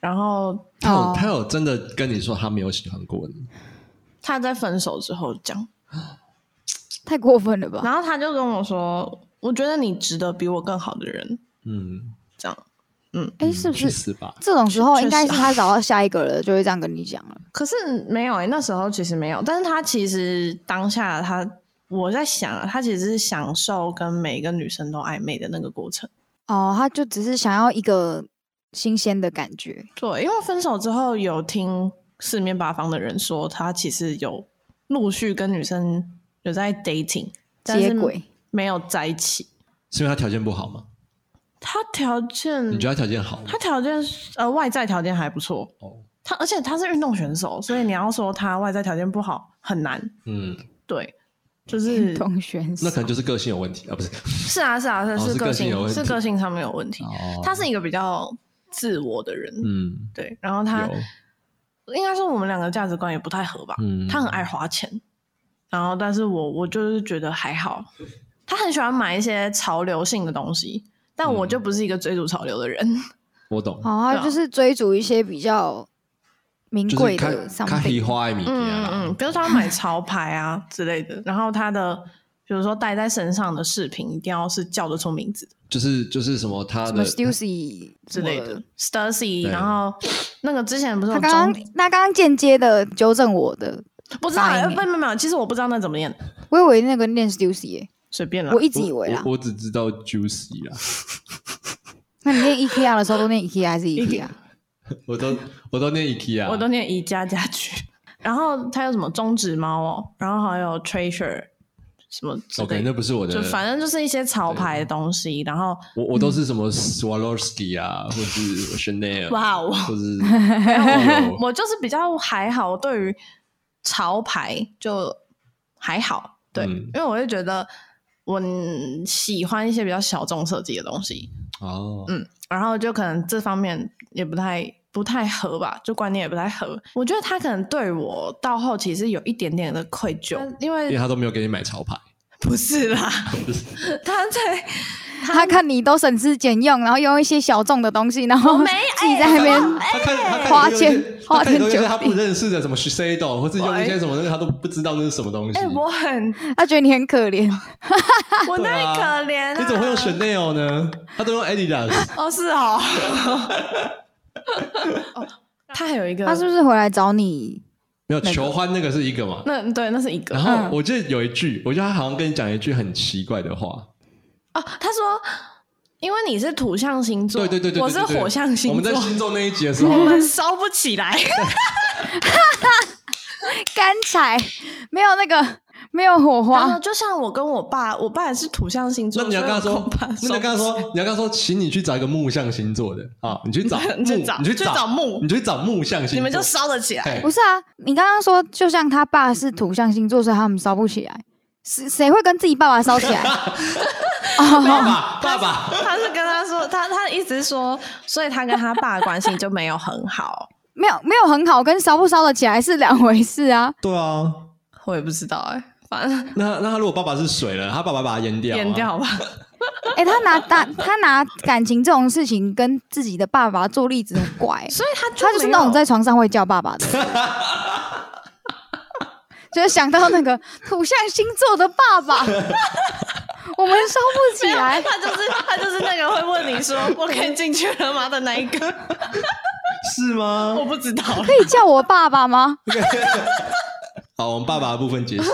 Speaker 3: 然后
Speaker 2: 他有
Speaker 1: 哦
Speaker 2: 他有真的跟你说他没有喜欢过你，
Speaker 3: 他在分手之后讲，
Speaker 1: 太过分了吧？
Speaker 3: 然后他就跟我说，我觉得你值得比我更好的人，
Speaker 2: 嗯，
Speaker 3: 这样。
Speaker 1: 哎、是不
Speaker 2: 去
Speaker 1: 是
Speaker 2: 死吧？
Speaker 1: 这种时候
Speaker 3: 确
Speaker 1: 应该
Speaker 3: 实
Speaker 1: 是他找到下一个了，就会这样跟你讲了？
Speaker 3: 可是没有哎、那时候其实没有，但是他其实当下他我在想啊，他其实是享受跟每个女生都暧昧的那个过程。
Speaker 1: 哦，他就只是想要一个新鲜的感觉。
Speaker 3: 对，因为分手之后有听四面八方的人说，他其实有陆续跟女生有在 dating，但
Speaker 1: 接
Speaker 3: 是
Speaker 1: 轨
Speaker 3: 没有在一起。
Speaker 2: 是因为他条件不好吗？
Speaker 3: 他条
Speaker 1: 嗯
Speaker 3: 件，
Speaker 2: 你觉得他条件好吗
Speaker 3: 他？条件呃外在条件还不错，
Speaker 2: 哦，
Speaker 3: 他而且他是运动选手，所以你要说他外在条件不好很难。
Speaker 2: 嗯，
Speaker 3: 对，就是
Speaker 1: 同选手
Speaker 2: 那可能就是个性有问题啊，不是？
Speaker 3: 是啊，是啊，是、
Speaker 2: 哦是
Speaker 3: 是
Speaker 2: 个
Speaker 3: 个
Speaker 2: 性有问
Speaker 3: 性，
Speaker 2: 题
Speaker 3: 是个性上面有问题。
Speaker 2: 哦
Speaker 3: 他是一个比较自我的人，
Speaker 2: *laughs* 嗯，
Speaker 3: 对。然后他
Speaker 2: 有
Speaker 3: 应该说我们两个价值观也不太合吧。
Speaker 2: 嗯
Speaker 3: 他很爱花钱，然后但是我我就是觉得还好。他很喜欢买一些潮流性的东西，但我就不是一个追逐潮流的人。
Speaker 2: 我懂，
Speaker 1: 哦，他
Speaker 3: 对啊
Speaker 1: 就是追逐一些比较名
Speaker 2: 就是
Speaker 1: 贵
Speaker 2: 看
Speaker 1: 的商
Speaker 2: 看黑
Speaker 1: 品。
Speaker 2: 花爱米
Speaker 3: 嗯嗯嗯，
Speaker 2: 啦，
Speaker 3: 比如说他买潮牌啊 *laughs* 之类的，然后他的比如说戴在身上的饰品一定要是叫得出名字的
Speaker 2: 就是就是什么他
Speaker 1: 什么
Speaker 2: 的 *laughs*
Speaker 1: Stussy
Speaker 3: 之类的。Stussy，
Speaker 2: 对
Speaker 3: 然后那个之前不是
Speaker 1: 他
Speaker 3: 有
Speaker 1: 刚
Speaker 3: 中
Speaker 1: 刚他刚刚间接的纠正我的，
Speaker 3: 不知道，
Speaker 1: 发音
Speaker 3: 呃
Speaker 1: 欸
Speaker 3: 没有没有没有，其实我不知道那怎么念，
Speaker 1: 我以为那个念 Stussy，、欸、
Speaker 3: 随便了
Speaker 1: 我。一直以为啦
Speaker 2: 我。我只知道 juicy 啦，
Speaker 1: 那你念 IKEA 的时候都念 IKEA
Speaker 3: *laughs*
Speaker 1: 还是 IKEA？
Speaker 2: 我都我都念 IKEA，
Speaker 3: 我都念宜家家居， *laughs* 然后它有什么中指猫哦，然后还有 Treasure 什么之
Speaker 2: OK，
Speaker 3: 类
Speaker 2: 那
Speaker 3: 的，
Speaker 2: 不是我的，
Speaker 3: 就反正就是一些潮牌的东西，然后
Speaker 2: 我我
Speaker 3: 嗯
Speaker 2: 都是什么 Swarovski 啊，或是 Chanel，
Speaker 3: 哇哦
Speaker 2: 或
Speaker 3: *laughs*
Speaker 2: 是
Speaker 3: 我我就是比较还好，对于潮牌就还好，对，
Speaker 2: 嗯
Speaker 3: 因为我会觉得我嗯喜欢一些比较小众设计的东西，
Speaker 2: 哦，
Speaker 3: 嗯，然后就可能这方面也不太不太合吧，就观念也不太合。我觉得他可能对我到后期是有一点点的愧疚，因
Speaker 2: 因为
Speaker 3: 为
Speaker 2: 他都没有给你买潮牌，
Speaker 3: 不是
Speaker 2: *laughs*
Speaker 3: 啦，他在
Speaker 1: 他看你都省吃俭用，然后用一些小众的东西，然后
Speaker 3: 我没
Speaker 1: 自己在那边
Speaker 3: 哎
Speaker 2: 他看他看
Speaker 1: 花
Speaker 2: 你用一些
Speaker 1: 钱
Speaker 2: 他看你
Speaker 1: 花钱
Speaker 2: 用一些
Speaker 1: 久
Speaker 2: 他不认识的什么 Shiseido，或是用一些
Speaker 3: 喂
Speaker 2: 什么那个他都不知道那是什么东西。
Speaker 3: 哎、我很
Speaker 1: 他觉得你很可
Speaker 3: *laughs*
Speaker 1: 怜。
Speaker 3: 我
Speaker 2: 对
Speaker 3: 那
Speaker 2: 啊
Speaker 3: 可怜、啊，
Speaker 2: 你怎么会用 Chanel 呢？他都
Speaker 3: *laughs*
Speaker 2: 用 Adidas，
Speaker 3: 哦，是哦。哦，他还有一个，
Speaker 1: 他是不是回来找你？
Speaker 2: 没有求欢那个是一个嘛？
Speaker 3: 那对，那是一个。
Speaker 2: 然后我记得有一句，我觉得他好像跟你讲一句很奇怪的话。
Speaker 3: 哦，他说，因为你是土象星座，
Speaker 2: 对对对对，对
Speaker 3: 我是
Speaker 2: 对对
Speaker 3: 火象
Speaker 2: 我
Speaker 3: 星
Speaker 2: 们在
Speaker 3: 座，
Speaker 2: 星座那一集的时候
Speaker 3: *laughs* 我，们烧不起来。
Speaker 1: 干柴没有那个没有火
Speaker 3: 然后
Speaker 1: 花，
Speaker 3: 就像我跟我爸，我爸也是土象星座，
Speaker 2: 那你要跟他
Speaker 3: 所以我
Speaker 2: 说
Speaker 3: 跟我爸，
Speaker 2: 那你要跟他说，你要跟他说，请你去找一个木象星座的啊，你去找木，
Speaker 3: *laughs* 你去找
Speaker 2: 你去
Speaker 3: 去找木
Speaker 2: 你去找木象星座，
Speaker 3: 你们就烧得起来。
Speaker 2: 嘿
Speaker 1: *laughs* 不是啊？你刚刚说，就像他爸是土象星座，所以他们烧不起来。谁谁会跟自己爸爸烧起来？
Speaker 2: 爸爸爸爸，
Speaker 3: 他是跟他说，他他一直说，所以他跟他爸的关系就没有很好。
Speaker 1: 没有没有很好，跟烧不烧得起来是两回事啊。
Speaker 2: 对啊，
Speaker 3: 我也不知道哎、反正
Speaker 2: 那那他如果爸爸是水了，他爸爸把他淹掉，啊
Speaker 3: 淹，掉吧。
Speaker 1: 哎、他拿大他拿感情这种事情跟自己的爸爸做例子很怪、欸，
Speaker 3: 所以他
Speaker 1: 他就是
Speaker 3: 没
Speaker 1: 那种
Speaker 3: 有
Speaker 1: 在床上会叫爸爸的人，就是想到那个土象星座的爸爸，我们烧不起
Speaker 3: 没有
Speaker 1: 来。
Speaker 3: 啊他就是他就是那个会问你说“我可以进去了吗”的那一个，
Speaker 2: 是吗
Speaker 3: 我？不知道。
Speaker 1: 可以叫我爸爸吗？。
Speaker 2: 好，我们爸爸的部分结束。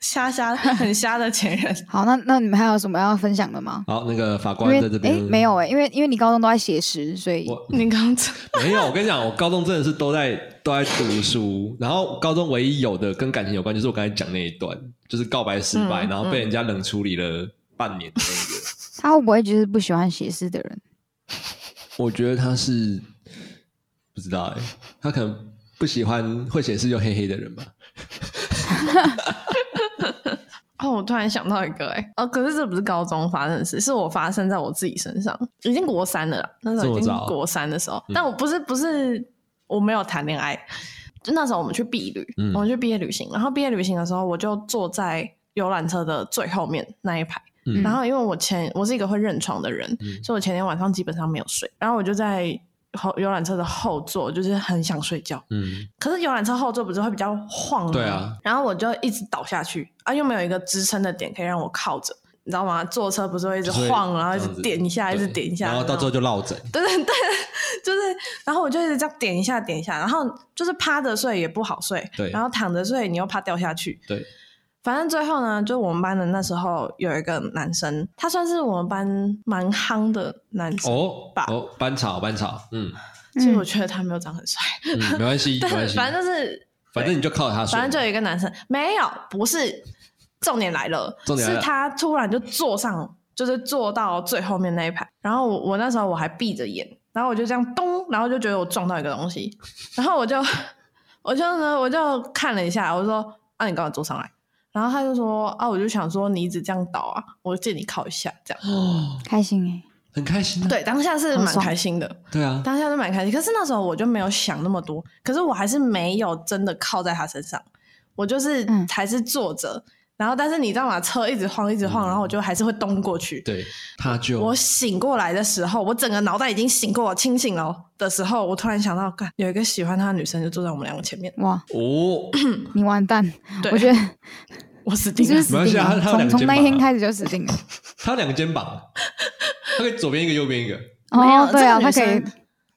Speaker 3: 瞎瞎很瞎的前任
Speaker 2: *laughs*
Speaker 1: 好，那那你们还有什么要分享的吗？
Speaker 2: 好，那个法
Speaker 1: 因
Speaker 2: 官
Speaker 1: 为
Speaker 2: 在这
Speaker 1: 哎、
Speaker 2: 边
Speaker 1: 没有哎、因为因为你高中都在写诗，所以
Speaker 2: 我
Speaker 3: 你刚才
Speaker 2: 没有，我跟你讲，我高中真的是都在都在读书，然后高中唯一有的跟感情有关，就是我刚才讲那一段，就是告白失败，
Speaker 3: 嗯
Speaker 2: 然后被人家冷处理了半年的那个。
Speaker 1: 他会不会就是不喜欢写诗的人？
Speaker 2: 我觉得他是不知道哎、他可能不喜欢会写诗又黑黑的人吧。
Speaker 3: 哦，我突然想到一个哎、哦，可是这不是高中发生的事，是我发生在我自己身上，已经国三了啦，那时候已
Speaker 2: 这
Speaker 3: 经
Speaker 2: 么早嗯
Speaker 3: 国三的时候，但我不是不是我没有谈恋爱，就那时候我们去毕旅，
Speaker 2: 嗯
Speaker 3: 我们去毕业旅行，然后毕业旅行的时候，我就坐在游览车的最后面那一排，
Speaker 2: 嗯
Speaker 3: 然后因为我前我是一个会认床的人，
Speaker 2: 嗯
Speaker 3: 所以我前天晚上基本上没有睡，然后我就在后游览车的后座，就是很想睡觉，
Speaker 2: 嗯，
Speaker 3: 可是游览车后座不是会比较晃吗？
Speaker 2: 对啊。
Speaker 3: 然后我就一直倒下去啊，又没有一个支撑的点可以让我靠着，你知道吗？坐车不是会一直
Speaker 2: 就是
Speaker 3: 晃，啊然后一
Speaker 2: 这
Speaker 3: 直
Speaker 2: 样子
Speaker 3: 点一下，一直
Speaker 2: 对
Speaker 3: 点一下，
Speaker 2: 然后到最后就落枕。
Speaker 3: 对 *laughs* 对对，就是，然后我就一直这样点一下点一下，然后就是趴着睡也不好睡，
Speaker 2: 对
Speaker 3: 然后躺着睡你又怕掉下去，
Speaker 2: 对，
Speaker 3: 反正最后呢，就我们班的那时候有一个男生，他算是我们班蛮夯的男生，
Speaker 2: 哦
Speaker 3: 吧
Speaker 2: 哦，班草班草，
Speaker 3: *laughs*
Speaker 2: 嗯
Speaker 3: 其实
Speaker 1: 嗯
Speaker 3: 我觉得他没有长很帅， *laughs*
Speaker 2: 嗯，没关系没
Speaker 3: 但
Speaker 2: 关系，
Speaker 3: 反正就是
Speaker 2: 反正你就靠着他睡，
Speaker 3: 反正就有一个男生，没有，不是，重点来了，
Speaker 2: 重点来了
Speaker 3: 是他突然就坐上，就是坐到最后面那一排，然后我我那时候我还闭着眼，然后我就这样咚，然后就觉得我撞到一个东西， *laughs* 然后我就我就呢我就看了一下，我说啊你刚刚坐上来，然后他就说啊我就想说你一直这样倒啊，我借你靠一下这样，
Speaker 2: 哦，
Speaker 1: 开心哎、
Speaker 2: 很开心啊。
Speaker 3: 对，当下是
Speaker 1: 好
Speaker 3: 蛮
Speaker 1: 爽
Speaker 3: 开心的，
Speaker 2: 对啊，
Speaker 3: 当下就蛮开心。可是那时候我就没有想那么多，可是我还是没有真的靠在他身上，我就是
Speaker 1: 嗯
Speaker 3: 还是坐着。然后，但是你知道吗？车一直晃，一直晃，
Speaker 2: 嗯
Speaker 3: 然后我就还是会咚过去。
Speaker 2: 对，他就
Speaker 3: 我醒过来的时候，我整个脑袋已经醒过，我清醒了的时候，我突然想到，干有一个喜欢他的女生就坐在我们两个前面， *laughs*
Speaker 1: 哇，
Speaker 2: 哦，
Speaker 1: 你完蛋！
Speaker 3: 对
Speaker 1: 我觉
Speaker 2: *laughs*
Speaker 1: 得
Speaker 3: 我死
Speaker 1: 你
Speaker 3: 定
Speaker 1: 是不是。死
Speaker 3: 了
Speaker 2: 没关系
Speaker 1: 定
Speaker 2: 啊
Speaker 1: 了？
Speaker 2: 他他有两
Speaker 1: 从从
Speaker 2: 个
Speaker 1: 那一
Speaker 2: 肩膀
Speaker 1: 天
Speaker 2: 啊
Speaker 1: 开始就死
Speaker 3: *laughs*
Speaker 1: 定了。
Speaker 2: 他有两个肩膀，他可以左边一个右边一个，
Speaker 3: 没有
Speaker 1: 哦，对啊，
Speaker 3: 这个
Speaker 1: 他可
Speaker 3: 女
Speaker 1: 以
Speaker 3: 生，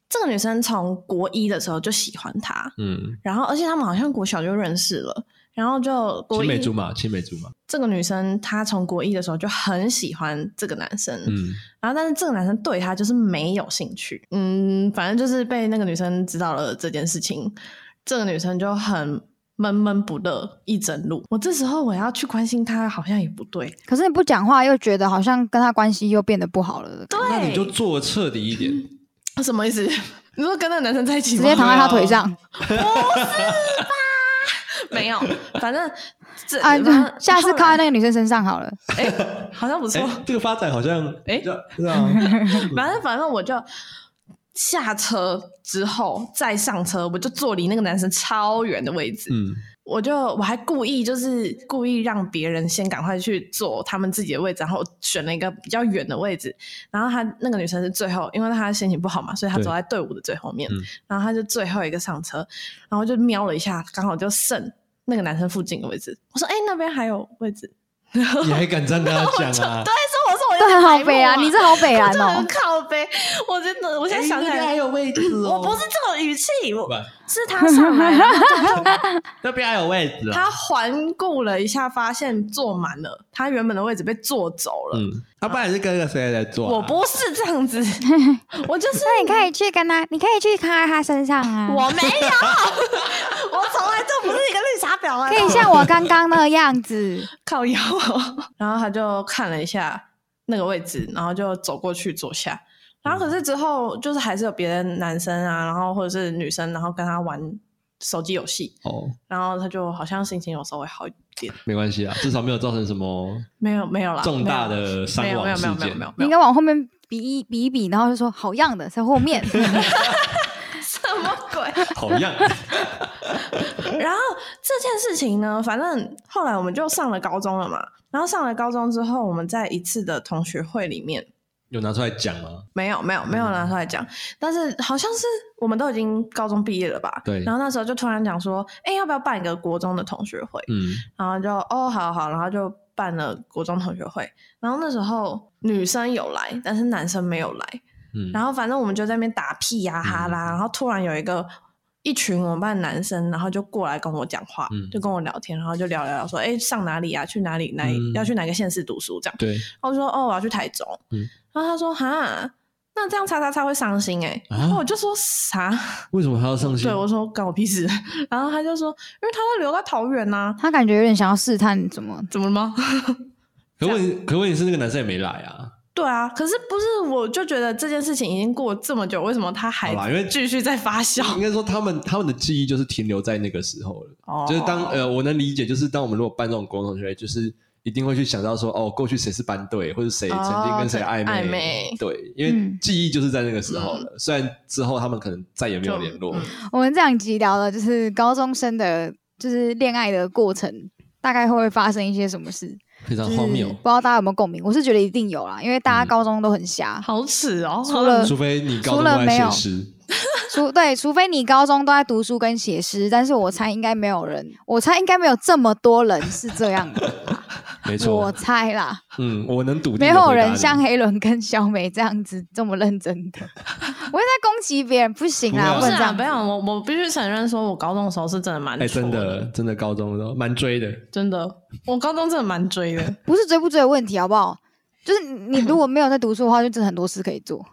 Speaker 3: 这个女生从国一的时候就喜欢他，
Speaker 2: 嗯，
Speaker 3: 然后而且他们好像国小就认识了，然后就国
Speaker 2: 青
Speaker 3: 一
Speaker 2: 梅竹马，青梅竹马，
Speaker 3: 这个女生她从国一的时候就很喜欢这个男生，
Speaker 2: 嗯，
Speaker 3: 然后但是这个男生对她就是没有兴趣，嗯，反正就是被那个女生知道了这件事情，这个女生就很闷闷不乐一整路。我这时候我要去关心她，好像也不对，
Speaker 1: 可是你不讲话，又觉得好像跟他关系又变得不好了，
Speaker 3: 对，
Speaker 2: 那你就做彻底一点，
Speaker 3: 什么意思？ *laughs* 你说跟那个男生在一起
Speaker 1: 直
Speaker 3: 吗，
Speaker 1: 接躺在他腿上。
Speaker 3: 没有，反正这
Speaker 1: 啊，
Speaker 3: 反正
Speaker 1: 就下次
Speaker 3: 后
Speaker 1: 靠在
Speaker 3: 来
Speaker 1: 那个女生身上好了。
Speaker 3: 好 *laughs* 像不错，
Speaker 2: 哎，这个发展好像，
Speaker 3: 哎
Speaker 2: 这是啊，
Speaker 3: *laughs* 反
Speaker 1: 嗯
Speaker 3: 正反正我就下车之后再上车，我就坐离那个男生超远的位置，
Speaker 2: 嗯，
Speaker 3: 我就我还故意就是故意让别人先赶快去坐他们自己的位置，然后我选了一个比较远的位置，然后她那个女生是最后，因为她心情不好嘛，所以她
Speaker 2: 对
Speaker 3: 走在队伍的最后面
Speaker 2: 嗯，
Speaker 3: 然后她就最后一个上车，然后就瞄了一下，刚好就剩那个男生附近的位置，我说哎、那边还有位置，
Speaker 2: 你还敢这样跟他讲
Speaker 3: *laughs*
Speaker 2: 啊？
Speaker 3: 但是我说我有
Speaker 1: 对，
Speaker 3: 点
Speaker 1: 很好
Speaker 3: 白目
Speaker 1: 北啊，
Speaker 3: 啊
Speaker 1: 你这好北
Speaker 3: *laughs*
Speaker 1: 啊
Speaker 3: 这
Speaker 1: 哦
Speaker 3: 很。靠背，我真的我现在想起来、
Speaker 2: 哎有位置哦
Speaker 3: 我不是这种语气，我
Speaker 2: 不，
Speaker 3: 是他上来，然后
Speaker 2: 那边还有位
Speaker 1: *laughs*
Speaker 2: 置啊。
Speaker 3: 他环顾了一下，发现坐满了，他原本的位置被坐走了。
Speaker 2: 嗯，他不然是跟个谁来做啊？
Speaker 3: 啊我不是这样
Speaker 1: *laughs*
Speaker 3: 子，我就是
Speaker 1: 那你可以去跟他，你可以去靠在他身上啊。
Speaker 3: 我没有， *laughs* 我从来就不是一个绿茶婊啊！
Speaker 1: 可以像我刚刚那个样子，
Speaker 3: 靠腰哦、然后他就看了一下那个位置，然后就走过去坐下。然后可是之后就是还是有别的男生啊，然后或者是女生，然后跟他玩手机游戏，
Speaker 2: 哦，
Speaker 3: 然后他就好像心情有稍微好一点。
Speaker 2: 没关系啊，至少没有造成什么
Speaker 3: 没有没有啦，
Speaker 2: 重大的伤
Speaker 3: 没有哦没
Speaker 2: 亡
Speaker 3: 有
Speaker 2: 事
Speaker 3: 没有没有
Speaker 2: 件
Speaker 3: 没。有
Speaker 1: 你
Speaker 3: 没
Speaker 1: 应该
Speaker 3: 有
Speaker 1: 往后面比一比一比，然后就说好样的，在后
Speaker 2: *laughs*
Speaker 1: 面。
Speaker 3: 什么鬼？
Speaker 2: 好样，
Speaker 3: 然后这件事情呢，反正后来我们就上了高中了嘛。然后上了高中之后，我们在一次的同学会里面，
Speaker 2: 有拿出来讲啊吗？
Speaker 3: 没有没有没有
Speaker 2: 嗯
Speaker 3: 拿出来讲，但是好像是我们都已经高中毕业了吧？
Speaker 2: 对
Speaker 3: 然后那时候就突然讲说，哎，要不要办一个国中的同学会？
Speaker 2: 嗯，
Speaker 3: 然后就哦，好好，然后就办了国中同学会。然后那时候女生有来，但是男生没有来。
Speaker 2: 嗯
Speaker 3: 然后反正我们就在那边打屁呀、哈啦，然后突然有一个。一群我们班的男生，然后就过来跟我讲话，
Speaker 2: 嗯
Speaker 3: 就跟我聊天，然后就聊聊聊说，哎、上哪里啊？去哪里？哪里、
Speaker 2: 嗯
Speaker 3: 要去哪个县市读书？这样，
Speaker 2: 对
Speaker 3: 然后我就说，哦，我要去台中。
Speaker 2: 嗯
Speaker 3: 然后他说，哈，那这样叉叉叉会伤心哎、
Speaker 2: 啊
Speaker 3: 然后我就说啥？ *laughs*
Speaker 2: 为什么还要上心？
Speaker 3: 对我说，干我屁事。 *laughs* 然后他就说，因为他在留在桃园呐、
Speaker 1: 他感觉有点想要试探怎么
Speaker 3: 怎么了吗？ *laughs*
Speaker 2: 可问题可问题是那个男生也没来啊。
Speaker 3: 对啊，可是不是？我就觉得这件事情已经过了这么久，为什么他还
Speaker 2: 好啦因为
Speaker 3: 继续在发酵？
Speaker 2: 应该说他们他们的记忆就是停留在那个时候了。
Speaker 3: *laughs* 哦
Speaker 2: 就是当呃，我能理解，就是当我们如果办这种国中同学会，就是一定会去想到说，哦，过去谁是班队，或者谁
Speaker 3: 哦
Speaker 2: 曾经跟谁
Speaker 3: 对
Speaker 2: 暧昧，
Speaker 3: 暧昧
Speaker 2: 对，因为
Speaker 1: 嗯
Speaker 2: 记忆就是在那个时候了。虽然之后他们可能再也没有
Speaker 3: 就
Speaker 2: 联络，
Speaker 3: 嗯
Speaker 1: 我们这两集聊了，就是高中生的，就是恋爱的过程，大概会发生一些什么事，
Speaker 2: 非常
Speaker 1: 就是
Speaker 2: 荒
Speaker 1: 不
Speaker 2: 谬
Speaker 1: 知。道大家有没有共鸣？我是觉得一定有啦，因为大
Speaker 2: 嗯
Speaker 1: 家高中都很瞎，
Speaker 3: 好耻哦！
Speaker 1: 除了
Speaker 2: 除非你高中
Speaker 1: 除了
Speaker 2: 都在
Speaker 1: 没有
Speaker 2: 写诗，
Speaker 1: 除
Speaker 2: *laughs*
Speaker 1: 对，除非你高中都在读书跟写诗，但是我猜应该没有人，我猜应该没有这么多人是这样的，
Speaker 2: *laughs* 没
Speaker 1: 我
Speaker 2: 错，
Speaker 1: 猜啦，
Speaker 2: 嗯，我能笃定
Speaker 1: 没
Speaker 2: 地回答你。
Speaker 1: 有人像黑伦跟小美这样子这么认真
Speaker 2: *laughs*
Speaker 1: 的，我也在攻击别人，不行啦，
Speaker 2: 不
Speaker 3: 不
Speaker 2: 会
Speaker 3: 是
Speaker 1: 能这
Speaker 3: 啊，
Speaker 1: 样
Speaker 3: 不
Speaker 1: 子，
Speaker 3: 要我，我必须承认，说我高中的时候是真的蛮
Speaker 2: 哎，
Speaker 3: 挫
Speaker 2: 真的真的高中的时候蛮追的，
Speaker 3: 真的，我高中真的蛮追的。 *laughs*
Speaker 1: 不是追不追的问题，好不好？就是
Speaker 2: *laughs*
Speaker 1: 你你如果没有在读书的话，就真的很多事可以做，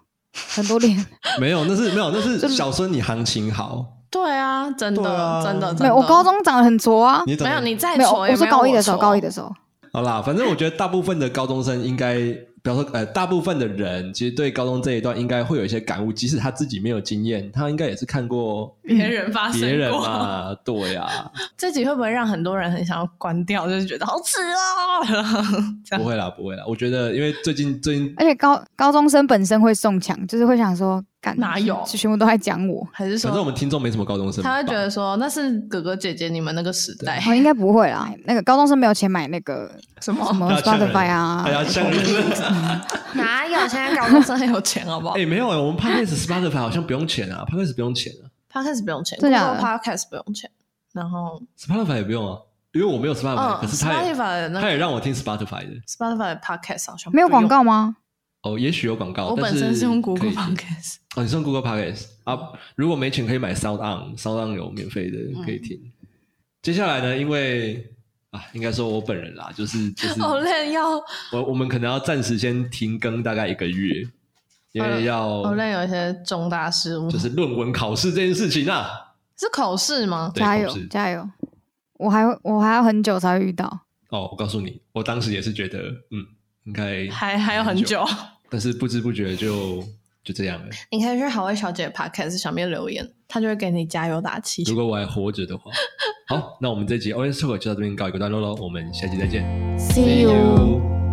Speaker 1: 很多
Speaker 2: *laughs*
Speaker 1: 恋。
Speaker 2: 没有，那是没有，那
Speaker 1: *laughs*
Speaker 2: 是
Speaker 1: 就
Speaker 2: 小孙你行情好，
Speaker 3: 对啊，真
Speaker 2: 对
Speaker 3: 的，
Speaker 2: 啊
Speaker 3: 真的，真的
Speaker 1: 没有，我高中长得很挫啊。
Speaker 2: 你怎
Speaker 3: 没
Speaker 2: 么
Speaker 3: 有你再
Speaker 1: 没有，
Speaker 3: 挫，
Speaker 1: 我说高一的时候，高一
Speaker 3: 的
Speaker 1: 的时候，
Speaker 2: 好啦，反正我觉得大部分的高中生应该，比方说，呃，大部分的人其实对高中这一段应该会有一些感悟，即使他自己没有经验，他应该也是看过
Speaker 3: 别人发生
Speaker 2: 嗯别人
Speaker 3: 啊过。
Speaker 2: 嘛，对啊呀、
Speaker 3: *laughs* 这集会不会让很多人很想要关掉？就是觉得好耻哦，然后这样哎
Speaker 2: 不会啦，不会啦。我觉得，因为最近最近
Speaker 1: 而且高高中生本身会中枪，就是会想说，干
Speaker 3: 哪有
Speaker 1: 全部都在讲我，
Speaker 3: *laughs* 还是
Speaker 2: 反正
Speaker 3: 说
Speaker 2: 我们听众没什么高中生吧，
Speaker 3: 他会觉得说那是哥哥姐姐你们那个时代 *laughs*
Speaker 1: 哦，应该不会啦。那个高中生没有钱买那个
Speaker 3: 哎什么
Speaker 1: 什么
Speaker 2: 大家呛人
Speaker 1: Spotify
Speaker 2: 大
Speaker 1: 啊，
Speaker 2: 家像人。
Speaker 3: *laughs* 哪有？现在高中生很有钱，好不
Speaker 2: *laughs*
Speaker 3: 好
Speaker 2: 哎、？没有、欸，我们 podcast *laughs* Spotify 好像不用钱啊，podcast 不用钱啊
Speaker 3: Podcast 不用钱，
Speaker 1: 真的假的
Speaker 3: Google Podcast 不用钱，然后
Speaker 2: ，Spotify 也不用啊，因为我没有 Spotify，、
Speaker 3: 嗯
Speaker 2: 可是他也
Speaker 3: ，Spotify 的那
Speaker 2: 他
Speaker 3: 个
Speaker 2: 也让我听 Spotify 的。
Speaker 3: Spotify 的 Podcast 好像
Speaker 1: 没有
Speaker 3: 不
Speaker 1: 广，
Speaker 3: 用
Speaker 1: 告吗？
Speaker 2: 哦，也许有广告，
Speaker 3: 我
Speaker 2: 但
Speaker 3: 本身是用 Google
Speaker 2: 可以
Speaker 3: Podcast，
Speaker 2: 哦，你是用 Google Podcast
Speaker 3: 嗯
Speaker 2: 啊？如果没钱可以买 Sound On，Sound On 有免费的可以听。接下来呢，因为啊，应该说我本人啦，就是就是
Speaker 3: 好累，哦要
Speaker 2: 我我们可能要暂时先停更大概一个月，因为要
Speaker 3: 好累，有一些重大失误，
Speaker 2: 哦就是论文考试这件事情啊。
Speaker 3: 是口试吗？
Speaker 2: 对
Speaker 1: 加
Speaker 2: 口
Speaker 1: 油
Speaker 2: 试
Speaker 1: 加油！我还会我还要很久才会遇到，
Speaker 2: 哦，我告诉你，我当时也是觉得，嗯，应该
Speaker 3: 还还有很久，
Speaker 2: 但是不知不觉就就这样了。
Speaker 3: 你可以去好味小姐 Podcast 上面留言，她就会给你加油打气。
Speaker 2: 如果我还活着的
Speaker 3: *laughs*
Speaker 2: 话，好，那我们这集 OS Talk 就到这边告一个段落喽，我们下期再见
Speaker 1: See you。